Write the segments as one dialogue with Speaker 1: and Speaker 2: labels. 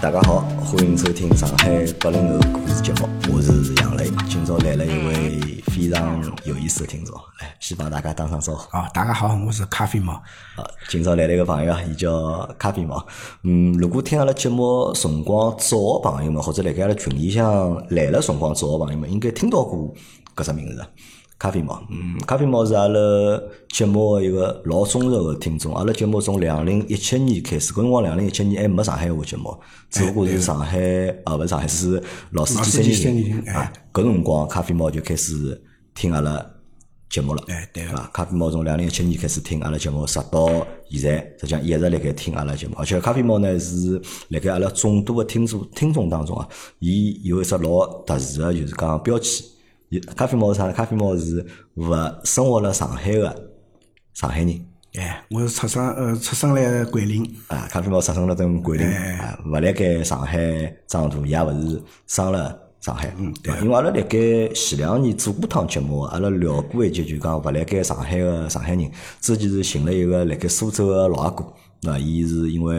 Speaker 1: 大家好，欢迎收听上海八零后故事节目，我是杨磊。今朝来了一位非常有意思的听众，来先帮大家打声招呼。
Speaker 2: 啊，大家好，我是咖啡猫。
Speaker 1: 啊，今朝来了一个朋友啊，伊叫咖啡猫。嗯，如果听阿拉节目辰光早的朋友们，或者辣盖阿拉群里向来了辰光早的朋友们，应该听到过搿只名字啊。咖啡猫，嗯，咖啡猫是阿拉节目的一个老忠实的听众。阿拉节目从两零一七年开始，搿辰光两零一七年还没上海话节目，只不过是上海啊，勿是上海是老司
Speaker 2: 老司
Speaker 1: 机三
Speaker 2: 机哎三
Speaker 1: 人
Speaker 2: 人
Speaker 1: 行
Speaker 2: 行
Speaker 1: 啊。搿辰光咖啡猫就开始听阿拉节目了，
Speaker 2: 哎对
Speaker 1: 伐？咖啡猫从两零一七年开始听阿拉节目，直到现在，实际上一直辣盖听阿拉节目。而且咖啡猫呢是辣盖阿拉众多的听众听众当中啊，伊有一只老特殊的，就是讲标签。伊咖啡猫是啥呢？咖啡猫是勿生活辣上海的上海人。
Speaker 2: 哎，我是出生呃出生来桂林，
Speaker 1: 啊，咖啡猫出生了等桂林啊，勿辣盖上海长大，也勿是生了上海。嗯，对。因为阿拉辣盖前两年做过趟节目，阿拉聊过一集，就讲勿辣盖上海个上海人，之前是寻了一个辣盖苏州个老阿哥，那伊是因为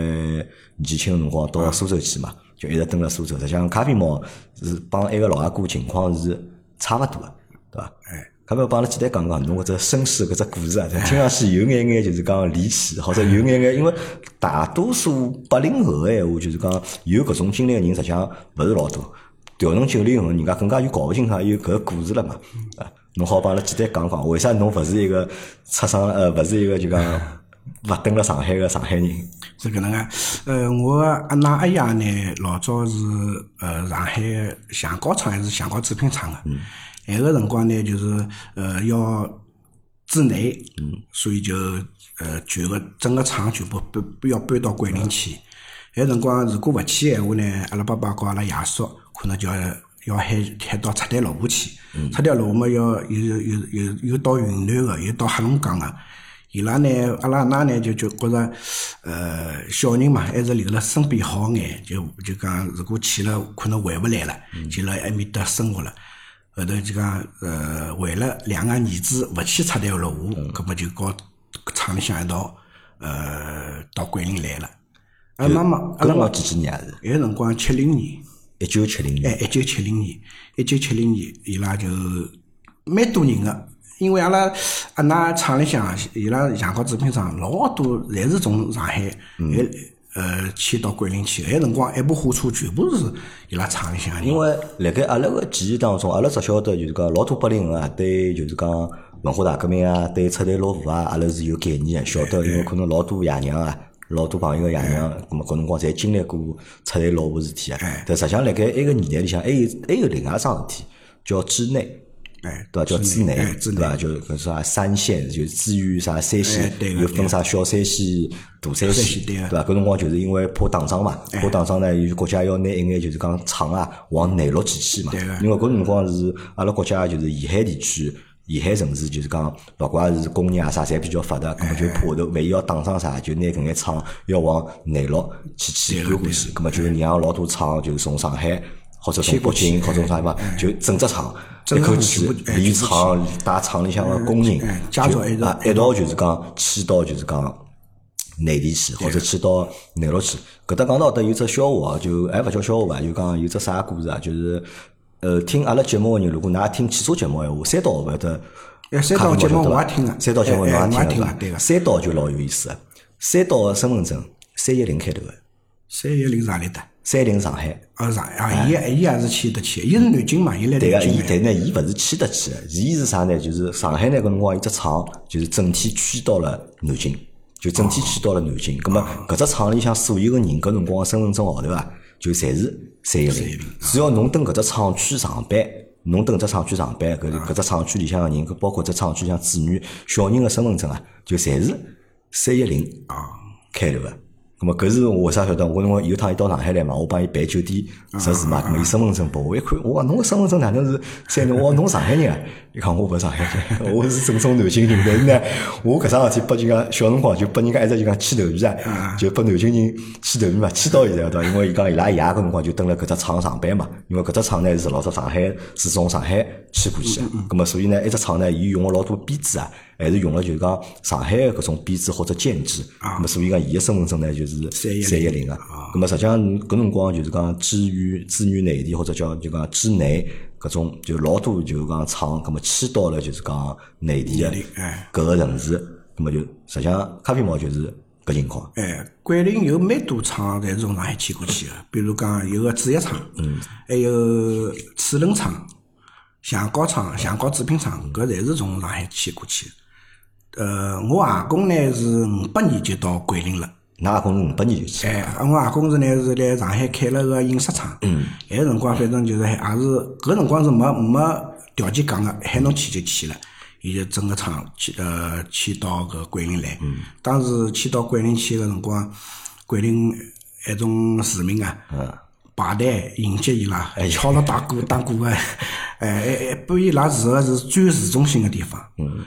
Speaker 1: 年轻个辰光到苏州去嘛，就一直蹲辣苏州。实际上，咖啡猫是帮埃个老阿哥情况是差勿多个，对伐？
Speaker 2: 哎，
Speaker 1: 搿么帮阿拉简单讲讲侬搿只身世搿只故事啊，听上去有眼眼就是讲离奇，或者有眼眼，因为大多数八零后个闲话就是讲有搿种经历个人，实际上勿是老多。调成九零后，人家更加就搞勿清爽有搿个故事了嘛。啊，侬好帮阿拉简单讲讲，为啥侬勿是一个出生呃，勿是一个就讲呃勿蹲辣上海个上海人？
Speaker 2: 是搿能个。呃，我阿奶阿爷呢，老早是呃上海橡胶厂还是橡胶制品厂个。啊那个辰光呢，就是呃要治内，所以就呃全个整个厂全部搬要搬到桂林去。那辰光如果勿去闲话呢，阿拉爸爸和阿拉爷叔可能就要要喊喊到赤台老河去。赤台老河嘛，要有有有有有到云南个，有到黑龙江个。伊拉呢，阿拉阿奶呢就就觉着，呃，小人嘛，还是留辣身边好眼，就就讲，如果去了，可能回勿来了，就辣埃面搭生活了。后头就讲，呃，为了两个儿子勿去出台落户，搿么就和厂里向一道，呃，到桂林来了。阿拉妈妈，阿
Speaker 1: 搿辰
Speaker 2: 拉妈
Speaker 1: 光，几几年啊？是
Speaker 2: 埃个辰光七零年，
Speaker 1: 一九七零年。
Speaker 2: 哎，一九七零年，一九七零年，伊拉就蛮多人个，因为阿拉阿拉厂里向，伊拉橡胶制品厂老多，侪是从上海，哎，呃，迁到桂林去。埃辰光一部货车全部是伊拉厂里向的人。
Speaker 1: 因为辣盖阿拉个记忆当中，阿拉只晓得就是讲老多八零后啊，对就是讲文化大革命啊，对出台落户啊，阿拉是有概念的，晓得，因为可能老多爷娘啊。老多朋友个爷娘，咁么搿辰光侪经历过出台落户事体啊
Speaker 2: 哎。
Speaker 1: 但实际上，辣盖埃个年代里向，还有还有另外一桩事体，叫治内。
Speaker 2: 哎，
Speaker 1: 对伐？叫
Speaker 2: 是
Speaker 1: 资
Speaker 2: 的
Speaker 1: 南
Speaker 2: 哎，，
Speaker 1: 对
Speaker 2: 之内，
Speaker 1: 伐？就是搿啥啊三线，就是至于啥三线
Speaker 2: 哎，对个
Speaker 1: 又分啥小三线、大三线，
Speaker 2: 三线对啊
Speaker 1: 对
Speaker 2: 哎个
Speaker 1: 伐？搿辰光就是因为怕打仗嘛，怕打仗呢，伊国家要拿一眼就是讲厂啊往内陆去去嘛
Speaker 2: 对啊个。
Speaker 1: 因为搿辰光是阿拉国家就是沿海地区。沿海城市就是讲，勿怪是工业啊啥，侪比较发达，搿么
Speaker 2: 哎
Speaker 1: 就怕后头万一要打仗啥，就拿搿眼厂要往内陆去去搬过去，搿么就
Speaker 2: 哎
Speaker 1: 让老多厂就是从上海或者从北京或者从啥地方，
Speaker 2: 哎
Speaker 1: 就整只厂一
Speaker 2: 整个
Speaker 1: 口气
Speaker 2: 全部哎
Speaker 1: 离
Speaker 2: 全部
Speaker 1: 厂带厂里向个工人
Speaker 2: 哎，
Speaker 1: 就
Speaker 2: 家属一道
Speaker 1: 啊一道就是讲迁到就是讲内地去，或者迁到内陆去。搿搭讲到搭有只笑话啊，就还勿叫笑话吧，就讲有只啥故事啊，就是呃听阿拉节目个人，如果㑚听汽车节目个闲话，三刀勿晓得。
Speaker 2: 哎三刀节目我也听啊
Speaker 1: 三刀节目侬
Speaker 2: 哎
Speaker 1: 也
Speaker 2: 哎我也
Speaker 1: 听
Speaker 2: 听
Speaker 1: 个
Speaker 2: 啊对个
Speaker 1: 三刀就老有意思个，三刀个身份证三一零开头个，
Speaker 2: 三一零是何里搭？
Speaker 1: 三一零上海。
Speaker 2: 啊，上海啊，伊也伊也是迁得去，伊是南京啊嘛，伊来
Speaker 1: 对
Speaker 2: 南
Speaker 1: 个，伊
Speaker 2: 京来。
Speaker 1: 但呢，伊勿是迁得去的，伊是啥呢？就是上海呢搿辰光，伊只厂就是整体迁到了南京，就整体迁到了南京。葛么搿只厂里向所有个人搿辰光身份证号头啊，就侪是三一零。只要侬登搿只厂区上班，侬登只厂区上班，搿搿只厂区里向个人，搿包括只厂区里向子女、小人个身份证啊，就侪是三一零
Speaker 2: 啊，
Speaker 1: 开头个。咁么搿是我为啥晓得？我辰光有趟伊到上海来嘛，我帮伊办酒店实事嘛，咁么伊身份证拨我一看，我讲侬个身份证哪能是三零？我讲侬上海人啊？伊讲我勿是上海人， 我是正宗南京人。但是呢，我搿桩事体拨人家小辰光就拨人家一直就讲气头皮啊，就拨南京人气头皮嘛，气到现在晓得伐，因为伊讲伊拉爷搿辰光就蹲辣搿只厂上班嘛，因为搿只厂呢嗯是老早上海是从上海迁过去个，咁么所以呢，一只厂呢，伊用了老多编制啊。还是用了就是讲上海搿种编制或者建制。
Speaker 2: 啊
Speaker 1: 那么所以讲伊个身份证呢就是
Speaker 2: 310
Speaker 1: 三一零个。
Speaker 2: 啊
Speaker 1: 那么实际上搿辰光就是讲基于基于内地或者叫就讲基内搿种就老多就是讲厂，搿么迁到了就是讲内地个
Speaker 2: 内地哎
Speaker 1: 搿个城市，搿么就实际上咖啡猫就是搿情况。
Speaker 2: 哎，桂林有蛮多厂侪是从上海迁过去的，比如讲有个制药厂，还有齿轮厂、橡胶厂、橡胶制品厂，搿侪是从上海迁过去的。呃，我阿公呢是五八年就到桂林了。
Speaker 1: 㑚阿公是五八年就去，
Speaker 2: 哎，我阿公是呢是来上海开了个印刷厂，那个辰光反正就是还也是搿辰光是没没条件讲个，喊侬去就去了，伊就整个厂去呃去到搿桂林来。当时去到桂林去个辰光，桂林埃种市民啊，排队迎接伊拉，敲了打鼓打鼓个，哎哎哎，拨伊拉住个是最市中心个地方。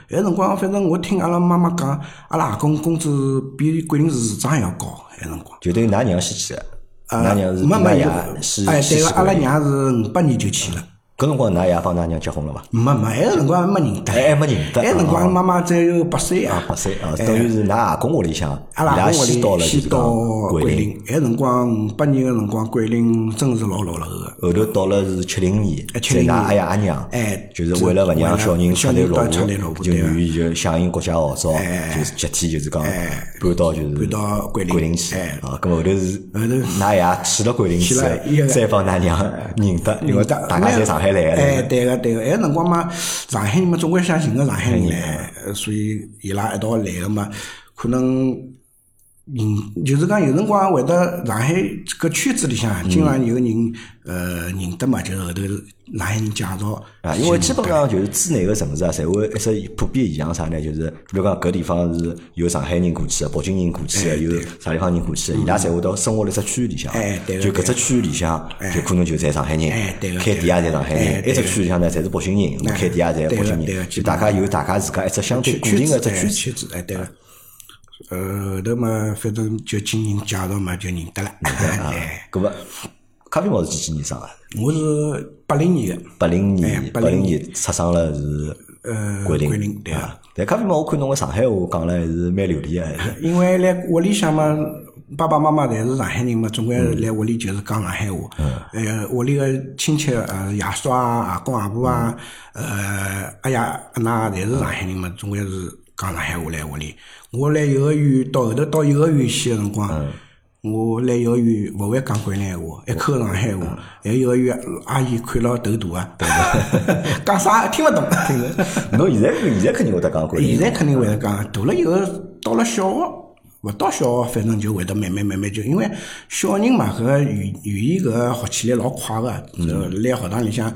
Speaker 2: 那辰光反正我听阿拉妈妈讲，阿拉阿公工资比桂林市市长还要高，那辰光。
Speaker 1: 就等于㑚娘先去的，㑚娘是
Speaker 2: 啊没
Speaker 1: 㑚
Speaker 2: 没有
Speaker 1: 爷，先
Speaker 2: 哎，
Speaker 1: 先
Speaker 2: 对
Speaker 1: 去
Speaker 2: 个，阿
Speaker 1: 桂
Speaker 2: 拉
Speaker 1: 林
Speaker 2: 娘是五八年就去了，
Speaker 1: 搿辰光㑚爷帮㑚娘结婚了伐？
Speaker 2: 没没，埃个辰光还没认得，
Speaker 1: 哎还没认得
Speaker 2: 埃辰光妈妈只有八岁啊，
Speaker 1: 八岁啊，等于是㑚阿公屋里向，
Speaker 2: 阿拉
Speaker 1: 伊
Speaker 2: 阿
Speaker 1: 拉
Speaker 2: 公屋
Speaker 1: 先到
Speaker 2: 里
Speaker 1: 了就
Speaker 2: 先
Speaker 1: 是
Speaker 2: 到
Speaker 1: 讲
Speaker 2: 桂
Speaker 1: 桂林，
Speaker 2: 林，埃辰光五八年个辰光，桂林真是老落落个。
Speaker 1: 后头到了是七零年，
Speaker 2: 哎70
Speaker 1: 在㑚阿爷阿娘，
Speaker 2: 哎
Speaker 1: 就是为了勿让小人出
Speaker 2: 小
Speaker 1: 类
Speaker 2: 人
Speaker 1: 落
Speaker 2: 出类落
Speaker 1: 户，
Speaker 2: 户
Speaker 1: 就
Speaker 2: 对哎伐
Speaker 1: 愿意就响应国家号召，就是集体就是讲搬到就是
Speaker 2: 哎搬到桂林
Speaker 1: 桂林去
Speaker 2: 哎
Speaker 1: 啊。咁后头是
Speaker 2: 后头
Speaker 1: 㑚爷去了桂林
Speaker 2: 去
Speaker 1: 之后
Speaker 2: 了伊个，
Speaker 1: 再帮㑚娘认得，因为
Speaker 2: 大
Speaker 1: 大家侪上海来啊个，
Speaker 2: 哎，对个对个，埃个辰光嘛，上海人嘛，总归想寻个上海人来，
Speaker 1: 啊
Speaker 2: 呃所以伊拉一道来个嘛，可能。嗯，就是讲有辰光会得上海这个圈子里向，
Speaker 1: 嗯
Speaker 2: 经常有人呃认得嘛，就是后头上海人介绍
Speaker 1: 啊，因为基本上就是之内个城市啊，侪会一只普遍现象啥呢？就是比如讲搿地方是有上海人过去的，北京人过去的，有啥地方人过去的，伊拉侪会到生活辣一只区域里向
Speaker 2: 嗯哎，对个
Speaker 1: 就搿只区域里向就可能就在上海人
Speaker 2: 哎对，个
Speaker 1: 开店也在上海
Speaker 2: 哎
Speaker 1: 人，
Speaker 2: 对
Speaker 1: 一
Speaker 2: 个
Speaker 1: 只区域里向呢侪是北京人，开店也在北京
Speaker 2: 对个对个
Speaker 1: 人，就大家有大家自家一只相对
Speaker 2: 圈
Speaker 1: 固定个一只
Speaker 2: 哎
Speaker 1: 圈子。啊
Speaker 2: 圈子，哎对个。呃，后头嘛，反正就经人介绍嘛，就认得了。
Speaker 1: 啊
Speaker 2: 哎，
Speaker 1: 搿么咖啡猫是几几年生啊？
Speaker 2: 我是八零年的。
Speaker 1: 八零年
Speaker 2: 哎，
Speaker 1: 八
Speaker 2: 80
Speaker 1: 零年出生了是
Speaker 2: 呃
Speaker 1: 桂
Speaker 2: 桂
Speaker 1: 林
Speaker 2: 林，对
Speaker 1: 啊。但咖啡猫我看侬个上海话讲了还是蛮流利个。
Speaker 2: 因为来屋里向嘛，爸爸妈妈侪是上海人嘛，总归来屋里就是讲上海话。呃，屋里个亲戚呃，爷叔啊、阿公阿婆啊，呃，阿爷阿奶侪是上海人嘛，总归是讲上海话来屋里。我来幼儿园到后头到幼儿园去个辰光。我来幼儿园勿会讲桂林话，一口上海话，来幼儿园阿姨看了嗯头大啊， 讲啥听勿懂。
Speaker 1: 侬现在现在肯定会得讲桂林
Speaker 2: 现。在肯定会得讲，大了以后到了小学，勿到小学，反正就会得慢慢慢慢就，因为小人嘛，搿个语语言搿个学起来老快个，
Speaker 1: 嗯
Speaker 2: 呃来学堂里向，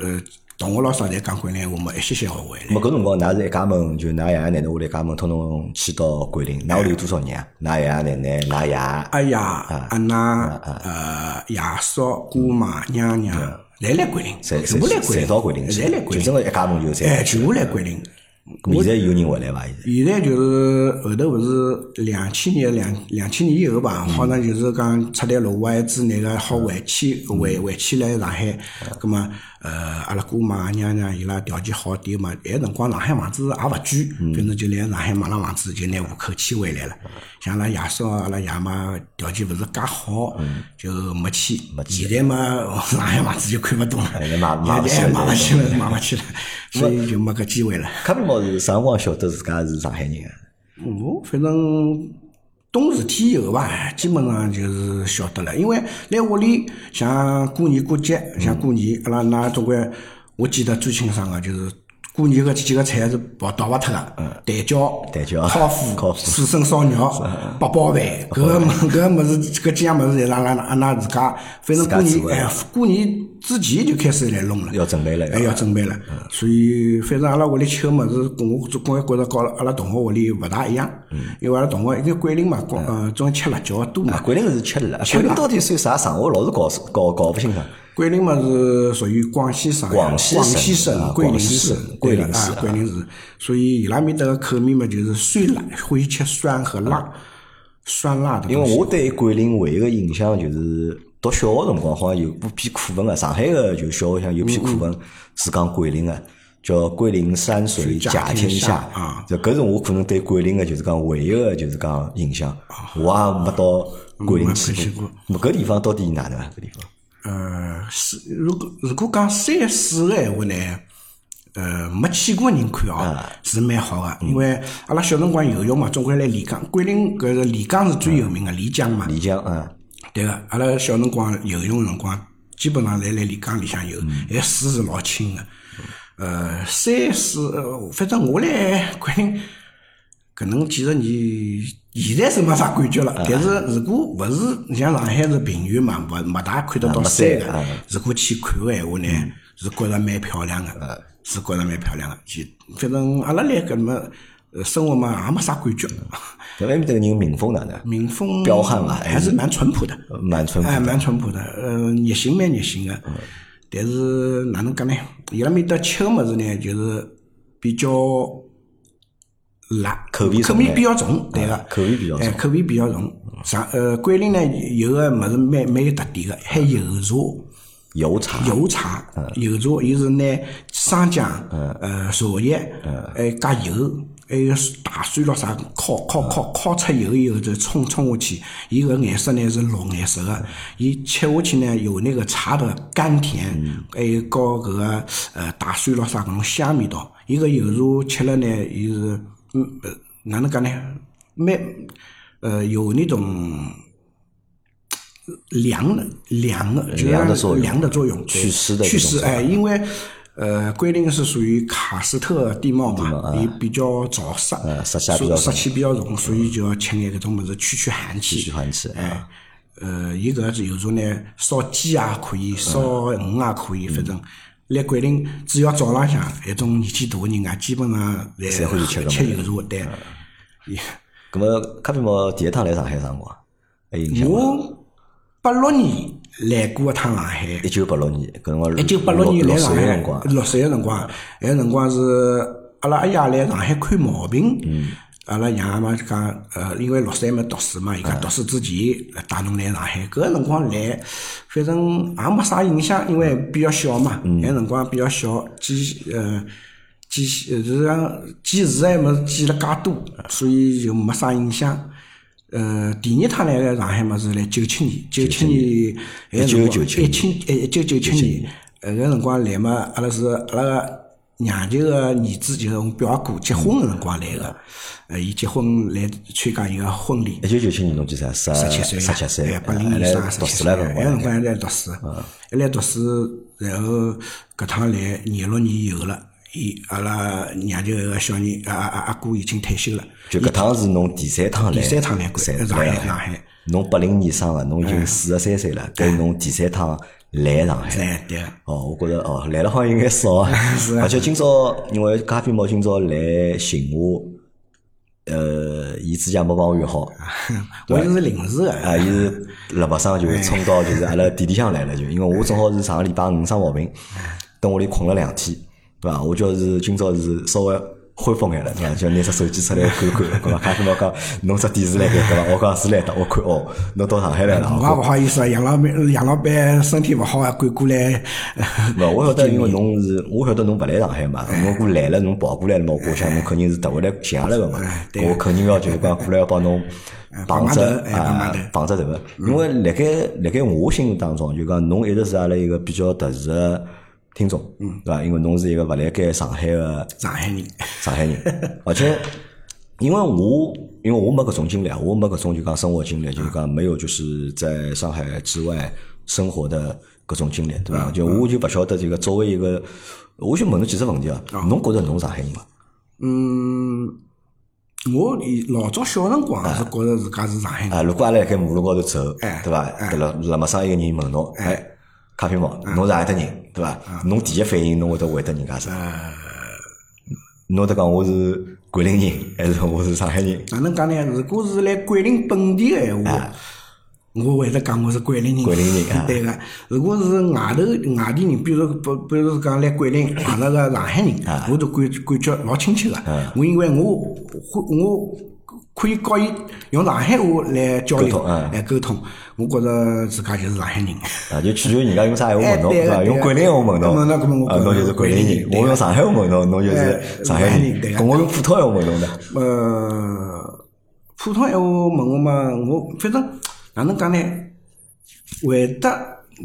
Speaker 2: 呃，同学老师侪讲桂林话嘛，一些些学会了。
Speaker 1: 么搿辰光，㑚是一家门，就㑚爷爷奶奶屋里一家门，统统迁到桂林。㑚屋里有多少人啊？ 㑚爷爷奶奶、㑚爷，
Speaker 2: 阿爷、哎
Speaker 1: 啊
Speaker 2: 阿奶、呃，爷叔、姑妈、娘娘，侪来桂林，
Speaker 1: 嗯侪
Speaker 2: 全部来桂
Speaker 1: 侪
Speaker 2: 林，
Speaker 1: 侪到桂林去，
Speaker 2: 侪来桂
Speaker 1: 就
Speaker 2: 林，
Speaker 1: 真个一家门就侪
Speaker 2: 哎，。全部来桂林。
Speaker 1: 现在有人回来伐？现在
Speaker 2: 现在就是后头勿是两千年两两千年以后吧，
Speaker 1: 嗯
Speaker 2: 好像就是讲出来落户还之类个好回去回
Speaker 1: 嗯
Speaker 2: 回去来上海，葛么呃阿拉姑妈娘娘伊拉条件好点嘛，那辰光上海房子也勿贵，
Speaker 1: 嗯
Speaker 2: 反正就来上海买了房子就拿户口迁回来了。像阿拉爷叔阿拉爷妈条件勿是介好，
Speaker 1: 嗯
Speaker 2: 就没迁。现在嘛 上海房子就看勿懂了，
Speaker 1: 哎买买不起了嗯
Speaker 2: 哎买勿起了，买勿起了，所以就没搿机会了。
Speaker 1: 咖啡猫是啥辰光晓得自家是上海人啊？
Speaker 2: 我反正懂事体以后吧，基本上就是晓得了。因为来屋里像过年过节，像过年，
Speaker 1: 嗯
Speaker 2: 阿拉那总归我记得最清爽个就是。过年搿几个菜是跑逃勿脱个，蛋饺、
Speaker 1: 嗯蛋饺
Speaker 2: 烤 麸、
Speaker 1: 烤麸
Speaker 2: 水参烧肉、八宝饭，搿个物搿个物事，搿几样物事侪是阿拉阿拉自家，反正过
Speaker 1: 自家
Speaker 2: 年
Speaker 1: 做的
Speaker 2: 哎，过年之前就开始来弄了。
Speaker 1: 要准备了
Speaker 2: 哎，要准备了。
Speaker 1: 嗯
Speaker 2: 所以反正阿拉屋里吃个物事，跟我总归觉着跟阿拉同学屋里勿大一样，
Speaker 1: 嗯
Speaker 2: 因为阿拉同学因为桂林嘛，光呃总吃辣椒个多
Speaker 1: 啊
Speaker 2: 嘛。
Speaker 1: 桂林是吃辣，桂林到底算啥省？我老是搞搞搞不清爽。
Speaker 2: 桂林嘛是属于广西省呀，
Speaker 1: 广西省
Speaker 2: 广西
Speaker 1: 啊
Speaker 2: 省桂林
Speaker 1: 广西
Speaker 2: 市
Speaker 1: 省，桂林市
Speaker 2: 对的啊
Speaker 1: 啊
Speaker 2: 桂林市。所以伊拉面搭个口味嘛，就是酸辣，欢喜吃酸和辣，酸辣的
Speaker 1: 嗯因
Speaker 2: 东西。
Speaker 1: 为我对桂林唯一个印象就是读小学辰光好像有部篇课文啊，上海个就小学里向有篇课文是讲桂林个，叫《桂林山水甲天
Speaker 2: 甲
Speaker 1: 下
Speaker 2: 天下》啊
Speaker 1: 就搿是我可能对桂林个就是讲唯一个就是讲印象，我也没到桂林
Speaker 2: 没
Speaker 1: 去
Speaker 2: 去
Speaker 1: 啊过
Speaker 2: 过。
Speaker 1: 那么搿地方到底哪能啊？搿地方？
Speaker 2: 呃，是如果如果讲山水个闲话呢，呃，没去过人看哦，是蛮好个，因为阿拉小辰光游泳嘛，总归来漓江，桂林搿个漓江是最有名个漓江嘛，
Speaker 1: 漓江啊，
Speaker 2: 对个，阿拉小辰光游泳辰光，基本上侪来漓江里向游，
Speaker 1: 嗯
Speaker 2: 那水是老清个。呃，山水，呃反正我来桂林，搿能几十年，现在是没啥感觉了。
Speaker 1: 啊
Speaker 2: 但是如果勿是像上海是平原嘛，勿没大看得到
Speaker 1: 没
Speaker 2: 山
Speaker 1: 山
Speaker 2: 个
Speaker 1: 啊，嗯
Speaker 2: 如果去看个闲话呢，是觉着蛮漂亮
Speaker 1: 啊
Speaker 2: 个，是觉着蛮漂亮个。其反正阿拉来搿么呃生活嘛，也没啥感觉。
Speaker 1: 搿埃面搭个人民风哪能啊？
Speaker 2: 民
Speaker 1: 嗯
Speaker 2: 风
Speaker 1: 彪悍哎伐
Speaker 2: 还是蛮淳朴的。
Speaker 1: 蛮淳朴
Speaker 2: 哎，
Speaker 1: 的。嗯
Speaker 2: 蛮淳朴的，呃，热心蛮热心的。啊但是哪能讲呢？伊拉面搭吃个物事呢，就是比较辣，
Speaker 1: 口味重
Speaker 2: 口味
Speaker 1: 哎
Speaker 2: 比较重，对个
Speaker 1: 啊，口味比较重
Speaker 2: 哎，口味比较重。上呃，桂林呢有个物事蛮蛮有特点个，还有茶。
Speaker 1: 油茶，
Speaker 2: 油茶，
Speaker 1: 嗯
Speaker 2: 油茶，伊是拿生姜、呃茶叶，
Speaker 1: 嗯
Speaker 2: 还加油，还有大蒜咯啥，烤烤
Speaker 1: 嗯
Speaker 2: 烤烤出油以后再冲冲下去，伊搿颜色呢是绿颜色
Speaker 1: 嗯
Speaker 2: 个，伊吃下去呢有那个茶的甘甜，
Speaker 1: 嗯
Speaker 2: 还有和搿个呃大蒜咯啥搿种香味道，伊搿油茶吃了呢，伊是嗯呃哪能讲呢？蛮呃有那种。凉的凉的，就是
Speaker 1: 凉的作用
Speaker 2: 凉的作用，
Speaker 1: 祛湿的
Speaker 2: 祛
Speaker 1: 这种
Speaker 2: 湿。哎，因为呃，桂林是属于喀斯特地貌
Speaker 1: 啊
Speaker 2: 嘛，伊比较潮湿，
Speaker 1: 湿气也呃比较重
Speaker 2: 所湿气比较重，所以就要吃眼搿种物事驱驱寒气。
Speaker 1: 喜欢吃啊。
Speaker 2: 呃，伊搿是有种呢，烧鸡也可
Speaker 1: 嗯
Speaker 2: 以，烧鱼也可以，反正。来桂林，只要早浪向，一种年纪大个人啊，基本上来
Speaker 1: 侪会去吃搿嗯
Speaker 2: 吃
Speaker 1: 物事
Speaker 2: 油茶，对。
Speaker 1: 咁么，咖啡猫第一趟来上海啥辰光？还有印象伐？
Speaker 2: 我八六年来过一趟上海，
Speaker 1: 一九八六年，搿辰光
Speaker 2: 一九八六年来哎
Speaker 1: 六
Speaker 2: 上
Speaker 1: 岁
Speaker 2: 海
Speaker 1: 个辰光，
Speaker 2: 六岁个辰光，那个辰光是阿拉阿爷来上海看毛病。阿拉爷嘛就讲，呃，因为六岁还没读书嘛，伊讲读书之前呃带侬来上海，搿个辰光来，反正也没啥印象，因为比较小嘛，那个辰光比较小，记呃记呃就是讲记事还没记了介多，所以就没啥印象。呃，第二趟来个上海嘛是来九七年，九七年那个辰光
Speaker 1: 1997
Speaker 2: 一七哎一九九七年，呃，搿辰光来嘛，阿拉是阿拉个娘舅个儿子，就是我表阿哥结婚个辰光来
Speaker 1: 嗯
Speaker 2: 个，呃，伊结婚来参加伊个婚礼
Speaker 1: 一，九九七年侬几岁啊？十
Speaker 2: 十七岁
Speaker 1: 十七岁，
Speaker 2: 哎，八零年生
Speaker 1: 还来
Speaker 2: 十
Speaker 1: 读
Speaker 2: 七
Speaker 1: 书
Speaker 2: 岁，
Speaker 1: 了
Speaker 2: 哎
Speaker 1: 搿辰
Speaker 2: 那
Speaker 1: 光。
Speaker 2: 辰
Speaker 1: 嗯
Speaker 2: 光还在读书，还来读书，然后搿趟来廿六年以后了，伊阿拉娘舅个小人阿阿阿阿哥已经退休了，
Speaker 1: 就搿趟是侬第三趟来，
Speaker 2: 第三趟来过，哎上海上海，
Speaker 1: 侬八零年生个，侬已
Speaker 2: 哎
Speaker 1: 经四十三岁了，但是侬第三趟来上海。
Speaker 2: 哎对。
Speaker 1: 哦，我觉着哦，来了好像应该少 啊，而且今朝因为咖啡猫今朝来寻我，呃，伊指甲没帮我约好，
Speaker 2: 我就是临时的，
Speaker 1: 啊，伊是辣白生就是冲到就是阿拉店里向来了，就因为我正好是上个礼拜五生毛病，等屋里困了两天，对伐？我就是今朝是稍微恢复眼了，对伐？就拿只手机出来看看，对伐？咖啡猫讲侬只电视来看，对伐？我讲是来的，我看哦，侬到上海来了，哦
Speaker 2: 我
Speaker 1: 我
Speaker 2: 也不好意思啊，杨老板，杨老板身体不好啊，赶过 来。
Speaker 1: 勿，我晓得，因为侬是，我晓得侬勿来上海嘛，侬过来了，侬跑过来了嘛，我想侬肯定是特回来寻阿拉个嘛
Speaker 2: 哎，对
Speaker 1: 我肯定要就是讲过来要帮侬绑
Speaker 2: 帮忙
Speaker 1: 着
Speaker 2: 头哎帮
Speaker 1: 啊
Speaker 2: 忙头
Speaker 1: 绑着头个，因为辣盖辣盖我心目当中，就讲侬一直是阿拉一个比较特殊个听众，
Speaker 2: 嗯
Speaker 1: 对伐？因为侬是一个勿辣盖上海个
Speaker 2: 上海人，
Speaker 1: 上海 人，而且因为我因为我没搿种经历，啊我没搿种就讲生活
Speaker 2: 嗯
Speaker 1: 经历，就是讲没有就是在上海之外生活的搿种经历，对
Speaker 2: 嗯
Speaker 1: 伐？就我就勿晓得这个作为一个，我就问侬几只问题啊，
Speaker 2: 哦
Speaker 1: 侬觉着侬是上海人伐？
Speaker 2: 嗯，我以老早小辰光是觉着自家是上海人，
Speaker 1: 啊，如果阿拉辣盖马路高头走，
Speaker 2: 哎嗯
Speaker 1: 对伐？搿辣辣么上一个人问侬，哎，咖啡猫，侬是何搭人，对伐？侬第一反应侬会得回答人家啥？
Speaker 2: 呃
Speaker 1: 侬会得讲我是桂林人，还是我是上海人？
Speaker 2: 哪能讲呢？如果是来桂林本地的闲话，我会得讲我是桂林人。
Speaker 1: 啊桂林人啊
Speaker 2: 对个。如果是外头外地人，比如比比如是讲来桂林
Speaker 1: 啊
Speaker 2: 碰着个上海人，我都感感觉老亲切个。我因为我我可以教伊用上海话来交
Speaker 1: 沟
Speaker 2: 流
Speaker 1: 通嗯，
Speaker 2: 来沟通。我觉着自家就是上海人。
Speaker 1: 啊，就取决于人家用啥闲话问侬，
Speaker 2: 哎对
Speaker 1: 是吧？
Speaker 2: 个对
Speaker 1: 用
Speaker 2: 个
Speaker 1: 桂林话问侬，
Speaker 2: 那那搿么我
Speaker 1: 啊，侬就是桂林人；
Speaker 2: 对个
Speaker 1: 我用上海话问侬，侬就是
Speaker 2: 哎
Speaker 1: 上海
Speaker 2: 上海人对
Speaker 1: 人。
Speaker 2: 个
Speaker 1: 跟我用普通话问侬的，
Speaker 2: 呃，普通闲话问我嘛，我反正哪能讲呢？会得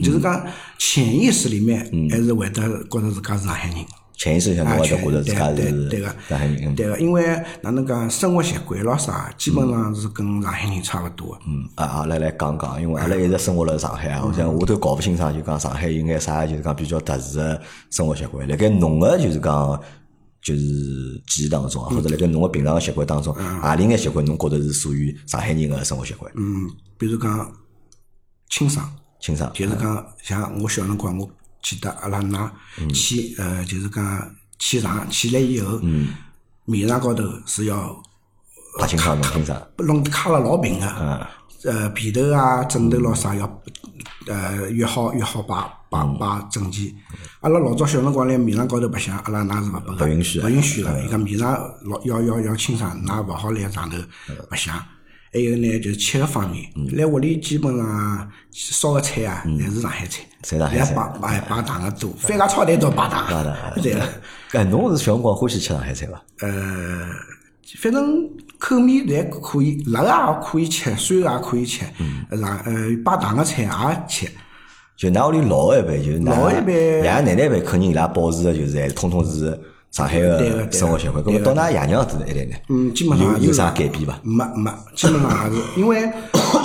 Speaker 2: 就是
Speaker 1: 嗯
Speaker 2: 讲潜意识里面还是会得觉着自家是上海人。
Speaker 1: 潜意识里向
Speaker 2: 啊
Speaker 1: 侬会得嗯觉
Speaker 2: 全
Speaker 1: 着自家
Speaker 2: 对
Speaker 1: 是
Speaker 2: 对对个
Speaker 1: 上海人。嗯
Speaker 2: 对个，因为哪能讲生活习惯咯啥，基本上是跟上海人差勿多个。
Speaker 1: 嗯，啊，阿拉来讲讲，因为阿拉一直生活辣上海啊，我
Speaker 2: 嗯
Speaker 1: 想我都搞勿清爽，就讲上海有眼啥，就是讲比较特殊个生活习惯。辣盖侬个就是讲，就是记忆当中啊，或者辣盖侬个平常个习惯当中，啊何里眼习惯侬觉着是属于上海人个生活习惯？
Speaker 2: 嗯，比如讲清爽，
Speaker 1: 清爽，
Speaker 2: 就是讲像我小辰光，我记得阿拉奶
Speaker 1: 嗯
Speaker 2: 去呃，就是讲起床起来以后，
Speaker 1: 嗯
Speaker 2: 面上高头是要
Speaker 1: 太清爽，侬清爽。
Speaker 2: 弄卡了老平
Speaker 1: 啊
Speaker 2: 个，呃，被头啊、枕头咯啥要，呃，越好越好摆摆
Speaker 1: 嗯
Speaker 2: 摆整齐。阿拉老早小辰光来面上高头白相，阿拉㑚是勿拨
Speaker 1: 不
Speaker 2: 个，
Speaker 1: 允许的啊嗯
Speaker 2: 勿允许个。伊讲面上老要要要清爽，㑚勿好来上头
Speaker 1: 嗯
Speaker 2: 白相。还有呢，就是吃个方面，来屋里基本上烧个菜啊，侪是上海菜，
Speaker 1: 嗯侪上海菜
Speaker 2: 侪摆摆摆糖个多，番茄炒蛋都摆糖
Speaker 1: 啊
Speaker 2: 个，对个。
Speaker 1: 哎，侬是小辰光欢喜吃上海菜伐？
Speaker 2: 呃，反正口味侪可以，辣个也可以吃，酸个也可以吃，然呃摆糖个菜也吃。
Speaker 1: 就㑚屋里老一辈，就是㑚
Speaker 2: 老一辈
Speaker 1: 爷爷奶奶辈，肯定伊拉保持的就是还是通通是上海
Speaker 2: 对
Speaker 1: 个
Speaker 2: 个对
Speaker 1: 生活习惯。搿么到㑚爷娘子那一代呢？
Speaker 2: 嗯基本上
Speaker 1: 有
Speaker 2: 也是
Speaker 1: 有啥改变伐？
Speaker 2: 没没，基本上也是，因为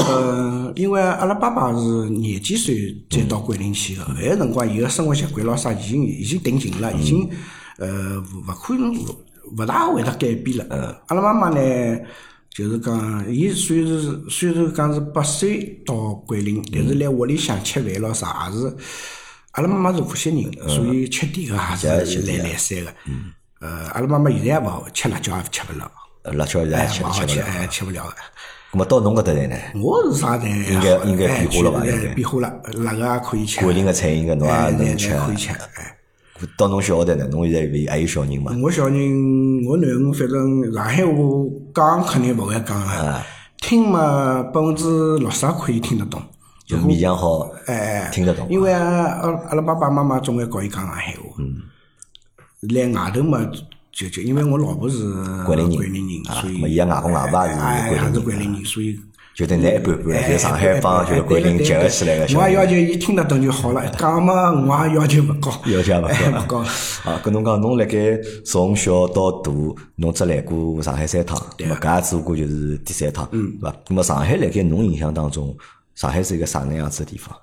Speaker 2: 呃，因为阿拉爸爸是廿几岁才到桂林去的，那个辰光伊个生活习惯咯啥已经已经定型了，已
Speaker 1: 嗯
Speaker 2: 经呃勿勿可能勿大会得改
Speaker 1: 嗯
Speaker 2: 变了。呃阿拉妈妈呢，就是讲，伊虽然是虽然讲是八岁到桂林，但
Speaker 1: 嗯
Speaker 2: 是来屋里向吃饭咯啥也是。阿拉妈妈是无锡
Speaker 1: 嗯
Speaker 2: 人，所以吃点个也是来
Speaker 1: 啊
Speaker 2: 来三个。呃，阿拉妈妈现在也勿好吃辣椒也吃勿了。
Speaker 1: 呃辣椒现在
Speaker 2: 哎，
Speaker 1: 也吃
Speaker 2: 勿
Speaker 1: 勿
Speaker 2: 好
Speaker 1: 吃勿
Speaker 2: 吃，
Speaker 1: 了。
Speaker 2: 哎，吃不了的。
Speaker 1: 葛么到侬搿搭来呢？
Speaker 2: 我是啥哎的？应
Speaker 1: 该应该变化了吧应该
Speaker 2: 变化了，辣个也可以吃，
Speaker 1: 桂林个菜应该侬也
Speaker 2: 哎，
Speaker 1: 能
Speaker 2: 那
Speaker 1: 吃。
Speaker 2: 可以吃。哎，
Speaker 1: 到侬小学代呢，侬现在勿还有小人嘛？
Speaker 2: 我小人，我囡恩反正上海话讲肯定勿会讲啊，听嘛百分之六十可以听得懂。
Speaker 1: 就勉强好听得懂。啊
Speaker 2: 哎因为阿阿拉爸爸妈妈总归教伊讲上海话。
Speaker 1: 嗯
Speaker 2: 来外头嘛，就就因为我老婆是
Speaker 1: 桂林人啊
Speaker 2: 桂林人，所以
Speaker 1: 嘛伊个外公外婆也是
Speaker 2: 哎
Speaker 1: 桂林人
Speaker 2: 还是
Speaker 1: 啊
Speaker 2: 桂林人，所以。
Speaker 1: 就等㑚一般般了，
Speaker 2: 哎
Speaker 1: 就上海帮就是桂林结合起来个小
Speaker 2: 我也
Speaker 1: 人。
Speaker 2: 要求伊听得懂就好了，讲嘛我也要求勿高，
Speaker 1: 要求也勿高
Speaker 2: 哎勿高。
Speaker 1: 啊，跟侬讲，侬辣盖从小到大，侬只来过上海三趟，对伐？搿也只不过就是第三趟，
Speaker 2: 嗯
Speaker 1: 对伐？那么上海辣盖侬印象当中，上海是一个啥能样子的地方？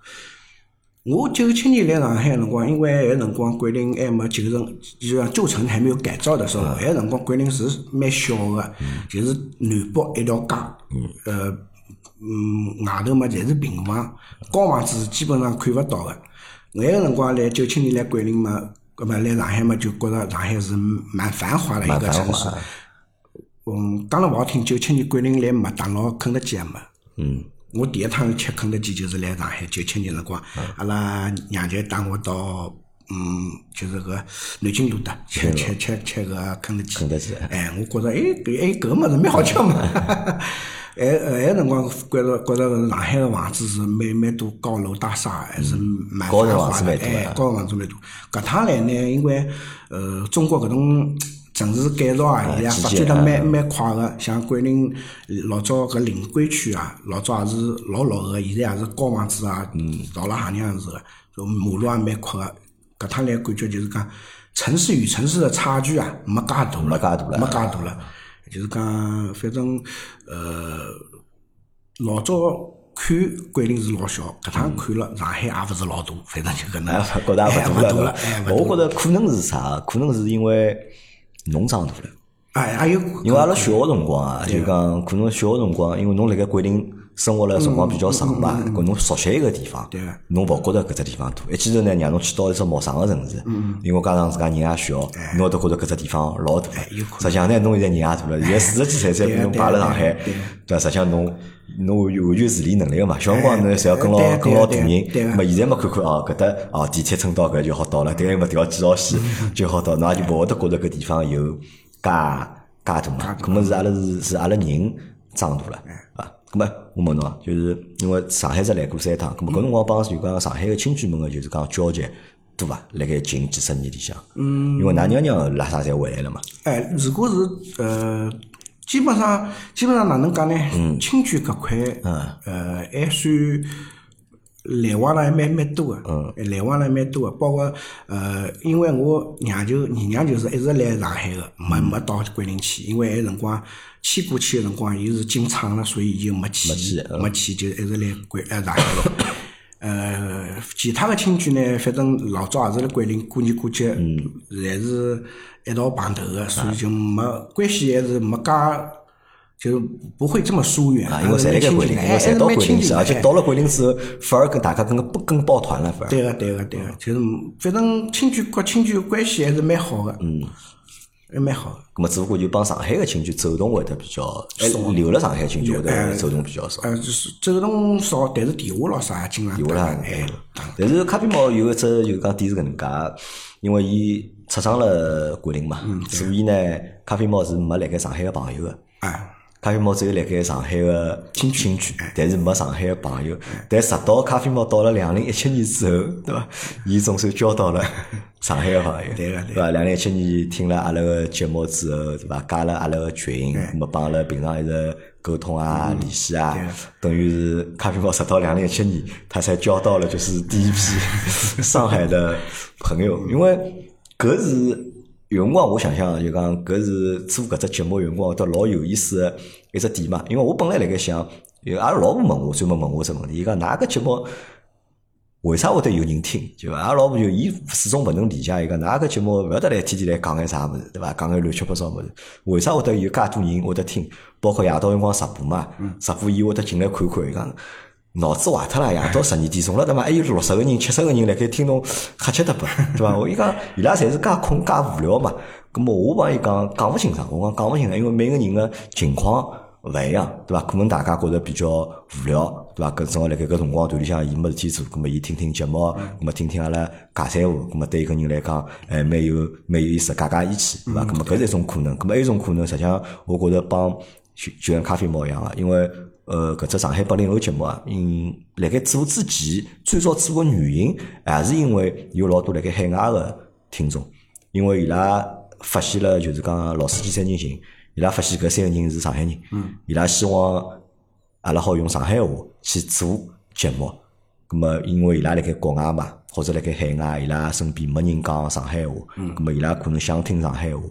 Speaker 2: 我九七年来上海个辰光，因为个辰光桂林还没旧城，就像旧城还没有改造的时候，个辰光桂林是蛮小个，就是南北一条街，呃，嗯，外头嘛侪是平房，高房子是基本上看勿到个。那个辰光来九七年来桂林嘛，搿么来上海嘛就觉着上海是蛮繁华的一
Speaker 1: 蛮
Speaker 2: 个
Speaker 1: 繁
Speaker 2: 城
Speaker 1: 华
Speaker 2: 市。嗯，讲了勿好听，九七年桂林来麦当劳、肯德基也没。
Speaker 1: 嗯，
Speaker 2: 我第一趟吃肯德基就是来上海九七年辰光，
Speaker 1: 啊
Speaker 2: 阿拉娘舅带我到嗯，就是个南京路的吃吃吃吃个肯德基。
Speaker 1: 肯德基
Speaker 2: 哎，我觉着哎搿哎搿物事蛮好吃嘛。
Speaker 1: 啊
Speaker 2: 哎哎，辰光觉着觉着上海个房子是蛮蛮多高楼大厦，还是蛮
Speaker 1: 嗯高
Speaker 2: 繁
Speaker 1: 楼
Speaker 2: 华
Speaker 1: 房子
Speaker 2: 的
Speaker 1: 蛮多的
Speaker 2: 哎，高楼房子蛮多。搿趟来呢，因为呃，中国搿种城市改造啊，现在
Speaker 1: 基
Speaker 2: 发
Speaker 1: 建
Speaker 2: 展得
Speaker 1: 啊
Speaker 2: 蛮蛮快个，像桂林老早搿临桂区啊，老早也是老老个，现在也是高房子啊，
Speaker 1: 嗯
Speaker 2: 到了哈样子个，就马路也蛮宽个。搿趟来感觉就是讲，城市与城市的差距啊，没介大了，
Speaker 1: 没介大了
Speaker 2: 没介大了。就是讲，反正呃，老早看桂林是老小，搿趟看了上海也勿是老大，反正就搿能
Speaker 1: 哎，，觉得也
Speaker 2: 哎
Speaker 1: 勿
Speaker 2: 勿
Speaker 1: 嗯大
Speaker 2: 大
Speaker 1: 对
Speaker 2: 了
Speaker 1: 伐，
Speaker 2: 哎，勿大
Speaker 1: 我觉
Speaker 2: 了
Speaker 1: 着可能是啥？可能是因为侬长大了。
Speaker 2: 哎，还有
Speaker 1: 因为阿拉小个辰光啊，就讲可能小个辰光，因为侬辣盖桂林生活了辰光比较长吧，
Speaker 2: 嗯
Speaker 1: 搿侬熟悉一个地方
Speaker 2: 对个，
Speaker 1: 侬勿觉着搿只地方大。一记头呢，让侬去到一只陌生个城市，
Speaker 2: 嗯
Speaker 1: 因为加上自家人也小，侬会得觉着搿只地方老大。
Speaker 2: 哎有可能哎
Speaker 1: 实际上呢，侬现在人也大了，现在四十几岁才
Speaker 2: 对个
Speaker 1: 侬摆辣上海
Speaker 2: 对个对个，
Speaker 1: 对伐？实际上侬侬有有自理能力个嘛，小辰光侬侪要跟牢
Speaker 2: 哎对
Speaker 1: 跟牢大
Speaker 2: 对
Speaker 1: 人
Speaker 2: 对，对个
Speaker 1: 么现在嘛看看哦，搿搭哦地铁乘到搿就好到了，迭个么调 几号线就好到，侬也就勿会得觉着搿地方有介介大嘛。搿么是阿拉是是阿拉人长大了，
Speaker 2: 哎
Speaker 1: 啊，咁么我问侬啊，就是因为上海只来过三趟，
Speaker 2: 嗯
Speaker 1: 咁么搿辰光帮就讲上海个亲眷们个就是讲交集多伐？辣盖近几十年里向，嗯，因为㑚娘娘拉萨侪回来了嘛，
Speaker 2: 哎，如果是呃，基本上基本上哪能讲呢？亲眷搿块，呃，还算来往了还蛮蛮多个，来往了还蛮多个，包括呃，因为我娘舅二娘舅是一直来上海个，没没到桂林去，因为埃辰光迁过去个辰光，伊是进厂了，所以伊就没去，嗯没去，就一直来桂呃上海个。 呃，其他个亲眷呢，反正老早也是辣桂林过年过节，
Speaker 1: 嗯
Speaker 2: 侪是一道碰头个，所以
Speaker 1: 啊
Speaker 2: 就没关系，还是没介，就不会这么疏远，
Speaker 1: 啊，
Speaker 2: 还
Speaker 1: 因为
Speaker 2: 是
Speaker 1: 侪辣盖
Speaker 2: 蛮亲
Speaker 1: 桂
Speaker 2: 近
Speaker 1: 林，
Speaker 2: 的，哎
Speaker 1: 因为
Speaker 2: 还还
Speaker 1: 侪
Speaker 2: 是
Speaker 1: 到
Speaker 2: 蛮
Speaker 1: 桂
Speaker 2: 亲
Speaker 1: 林
Speaker 2: 近
Speaker 1: 去，
Speaker 2: 的。
Speaker 1: 而且
Speaker 2: 哎
Speaker 1: 到了桂林之后，反而跟大家跟个跟抱团了，反而。
Speaker 2: 对个，对个，对
Speaker 1: 嗯
Speaker 2: 个，就是反正亲眷和亲眷关系还是蛮好个，嗯，还蛮好的。
Speaker 1: 咁么只不过就帮上海个亲眷走动会得比较，哎
Speaker 2: 啊
Speaker 1: 留了上海亲眷会得走动比较少。
Speaker 2: 呃，就是走动少，但是电话咯啥经常
Speaker 1: 有
Speaker 2: 打
Speaker 1: 啦
Speaker 2: 哎，打
Speaker 1: 但是卡比猫有一只就是讲点是搿能介，因为伊出生了桂林嘛，
Speaker 2: 嗯
Speaker 1: 所以呢，卡比猫是没辣盖上海个朋友个。
Speaker 2: 啊，
Speaker 1: 咖啡猫只有辣盖上海个亲亲眷，但是没上海个朋友。但直到咖啡猫到了两零一七年之后，对伐？伊总算交到了 上海个朋友，
Speaker 2: 对个对
Speaker 1: 对伐？两零一七年听了阿拉个节目之后，对伐？加了阿拉个群，咁么帮阿拉平常一直沟通啊、
Speaker 2: 嗯
Speaker 1: 联系啊，等于是咖啡猫直到两零一七年，他才交到了就是第一批 上海的朋友，因为搿是。有辰光我想想，就讲搿是做搿只节目有辰光，得老有意思个一只点嘛。因为我本来辣盖想，因为阿拉老婆问我，专门问我只问题，伊讲㑚搿节目为啥会得有人听？就伐？阿拉老婆就伊始终勿能理解，伊讲㑚搿节目勿要得来天天来讲眼啥物事，对伐？讲眼乱七八糟物事，为啥会得有介多人会得听？包括夜到辰光直播嘛，直播伊会得进来看看，伊讲。脑子坏脱了，夜到十二点钟了，对伐？还有六十个人、七十个人辣盖听侬瞎七搭八，对伐？我伊讲伊拉侪是介困介无聊嘛。咁么我帮伊讲讲勿清爽，我讲讲勿清爽，因为每个人个情况勿一样，啊对伐？可能大家觉着比较无聊，对伐？搿正好辣盖搿辰光段里向伊没事体做，咁么伊听听节目，咁么听听阿拉尬三胡，咁么对一个人来讲，哎，蛮有蛮有意思，尬尬义气，对伐？咁么搿是一种可能，咁么还有一种可能，实际上我觉着帮就就像咖啡猫一样个，因为呃，搿只上海八零后节目啊，嗯，辣盖做之前，最早做个原因，也是因为有老多辣盖海外个听众，因为伊拉发现了就是讲老司机三人行，伊拉发现搿三个人是上海人，嗯，伊拉希望阿拉好用上海话去做节目。咁么，因为伊拉辣盖国外嘛，或者辣盖海外，伊拉身边没人讲上海话，咁么伊拉可能想听上海话，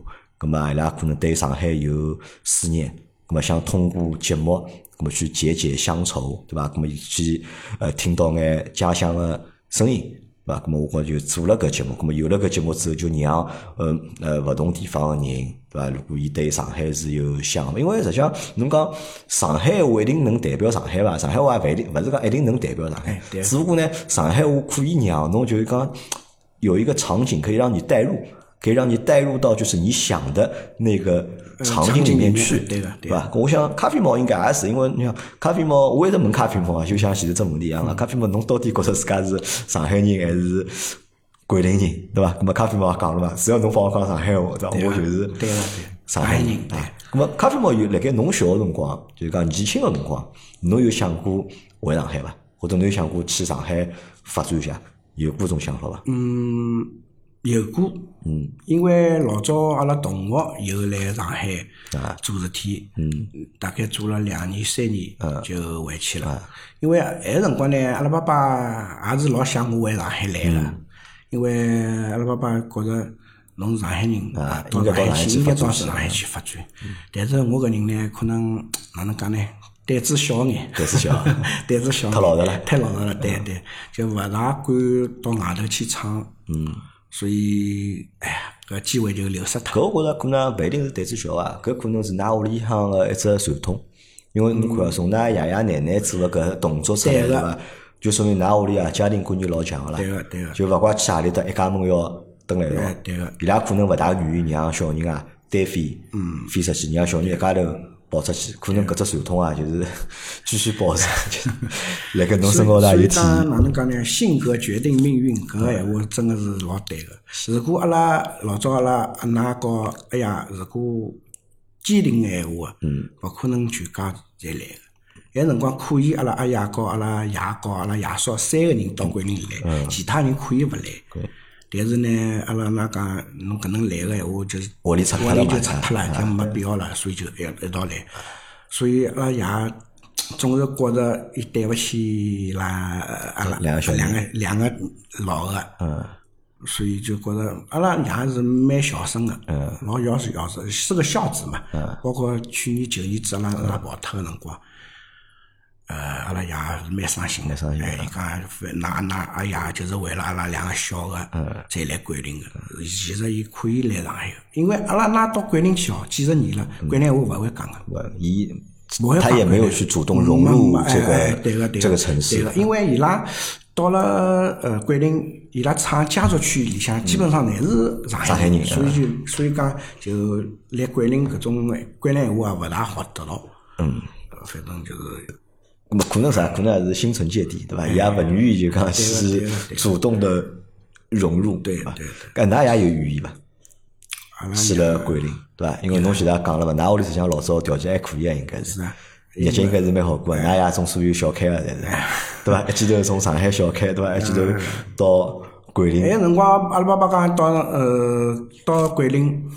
Speaker 1: 咁么伊拉可能对上海有思念，咁么想通过节目，咁么去解解乡愁，对伐？咁么去呃听到眼家乡个声音。对伐？咁啊么我觉着就做了搿节目，咁么有了搿节目之后，就让呃呃勿同地方个人，对伐？如果伊对上海是有想法，因为实际上侬讲上海话一定能代表上海伐？上海话也勿一定，勿是讲一定能代表上海，只不过呢，上海话可以让侬就是讲有一个场景可以让你带入，可以让你带入到就是你想的那个呃场景里面去，
Speaker 2: 呃场景里面对的对的啊
Speaker 1: 伐？吧我想咖啡猫应该也是，因为你想咖啡猫，我一直问咖啡猫啊，就像前头只问题一样啊，咖啡猫侬到底觉着自家是上海人还是桂林人，对伐？那么咖啡猫也讲了嘛，只要侬帮我讲上海话，对伐？我就是
Speaker 2: 对啊
Speaker 1: 上海
Speaker 2: 上海
Speaker 1: 人
Speaker 2: 人对
Speaker 1: 啊。那么咖啡猫有辣盖侬小个辰光，啊就是讲年轻个辰光，啊侬有想过回上海伐？或者侬有想过去上海发展一下，有过种想法伐？
Speaker 2: 嗯，有过，嗯，因为老早阿拉同学有来上海
Speaker 1: 啊
Speaker 2: 做事体，嗯，大概做了两年三年，
Speaker 1: 啊
Speaker 2: 就回去了。因为埃辰光呢，阿拉爸爸也是老想我回上海来个，
Speaker 1: 嗯
Speaker 2: 因为阿拉爸爸觉着侬是上海人，
Speaker 1: 啊
Speaker 2: 到
Speaker 1: 应该
Speaker 2: 上
Speaker 1: 到上
Speaker 2: 海
Speaker 1: 海去
Speaker 2: 去应该
Speaker 1: 发展嗯
Speaker 2: 到上海去发展。但是我搿人呢，可能哪能讲呢，胆子小眼，
Speaker 1: 胆子小 啊
Speaker 2: 胆子小，
Speaker 1: 太老实了嗯
Speaker 2: 太老实了，对对，就勿大敢到外头去闯。嗯，所以，哎呀，搿机会就流失脱。
Speaker 1: 搿我觉着可能勿一定是胆子小啊，搿可能是㑚屋里向个一只传统。因为侬看啊，从㑚爷爷奶奶做个搿动作出来，
Speaker 2: 对
Speaker 1: 对
Speaker 2: 个
Speaker 1: 伐？就说明㑚屋里啊家庭观念老强个啦。
Speaker 2: 对个对个
Speaker 1: 就勿怪去何里搭一家门要蹲辣一道
Speaker 2: 哎。对个
Speaker 1: 伊拉可能勿大愿意让小人啊单飞，嗯，飞出去，让小人一家头跑出去。可能搿只传统啊，就是 继续保持，就是辣盖侬
Speaker 2: 所
Speaker 1: 身
Speaker 2: 以
Speaker 1: 高头
Speaker 2: 所
Speaker 1: 也
Speaker 2: 以
Speaker 1: 有体
Speaker 2: 当
Speaker 1: 现。
Speaker 2: 然哪能讲呢？性格决定命运，搿个闲话真个是老对个。如果阿拉老早阿拉阿奶和哎呀，如果坚定个闲话，嗯，勿可能全家侪来个。有辰光可以阿拉阿爷和阿拉爷和阿拉爷叔三个人到桂林
Speaker 1: 嗯
Speaker 2: 来，其他人可以勿来。但是呢，阿拉那讲侬搿能来个闲话，就是
Speaker 1: 屋里拆脱了
Speaker 2: 屋就
Speaker 1: 嘛
Speaker 2: 拆脱了，就没必要了，所以就一一道来。所以阿拉爷总是觉着伊对勿起伊拉阿拉
Speaker 1: 两个小人嗯
Speaker 2: 两个两个老个，所以就觉着阿拉爷是蛮孝顺个，
Speaker 1: 嗯
Speaker 2: 老孝顺孝顺，是个孝子嘛。包括去年旧年子阿拉啊阿拉跑脱个辰光。呃，阿拉爷是蛮伤心的，
Speaker 1: 蛮伤心的
Speaker 2: 哎，伊讲那那阿爷就是为了阿拉两个小个，
Speaker 1: 嗯
Speaker 2: 才来桂林个。其实伊可以来上海个，因为阿拉拉到桂林去哦，几十年了，桂林话勿会讲个。
Speaker 1: 呃伊
Speaker 2: 不会
Speaker 1: 嗯他
Speaker 2: 反
Speaker 1: 也
Speaker 2: 馈
Speaker 1: 没有
Speaker 2: 的
Speaker 1: 去主动融入
Speaker 2: 嗯哎
Speaker 1: 这
Speaker 2: 哎对
Speaker 1: 个
Speaker 2: 个对
Speaker 1: 这个城市
Speaker 2: 对，个，因为伊拉到了呃桂林，伊拉厂家族区里向基本上侪是
Speaker 1: 嗯上
Speaker 2: 上
Speaker 1: 海
Speaker 2: 海
Speaker 1: 人嗯
Speaker 2: 所以就所以讲就来桂林搿种哎桂林话也勿大好得到。嗯，反正就是
Speaker 1: 那么可能啥？可能还是心存芥蒂，对
Speaker 2: 哎
Speaker 1: 吧？伊也勿愿意就讲是主动的融入，对吧
Speaker 2: 对对？啊
Speaker 1: 搿㑚也有寓意伐？
Speaker 2: 阿拉
Speaker 1: 去了桂林，对
Speaker 2: 啊
Speaker 1: 伐？因为侬现在讲了嘛，㑚屋里实际上老早条件还可以啊，应该是
Speaker 2: 啊，哎
Speaker 1: 日脚应该是蛮好过的，㑚爷总属于小开啊，侪是， 对伐？一记头从上海小开，对伐？一记头
Speaker 2: 嗯
Speaker 1: 到桂林，
Speaker 2: 那辰光哎阿拉爸爸讲到呃到桂林。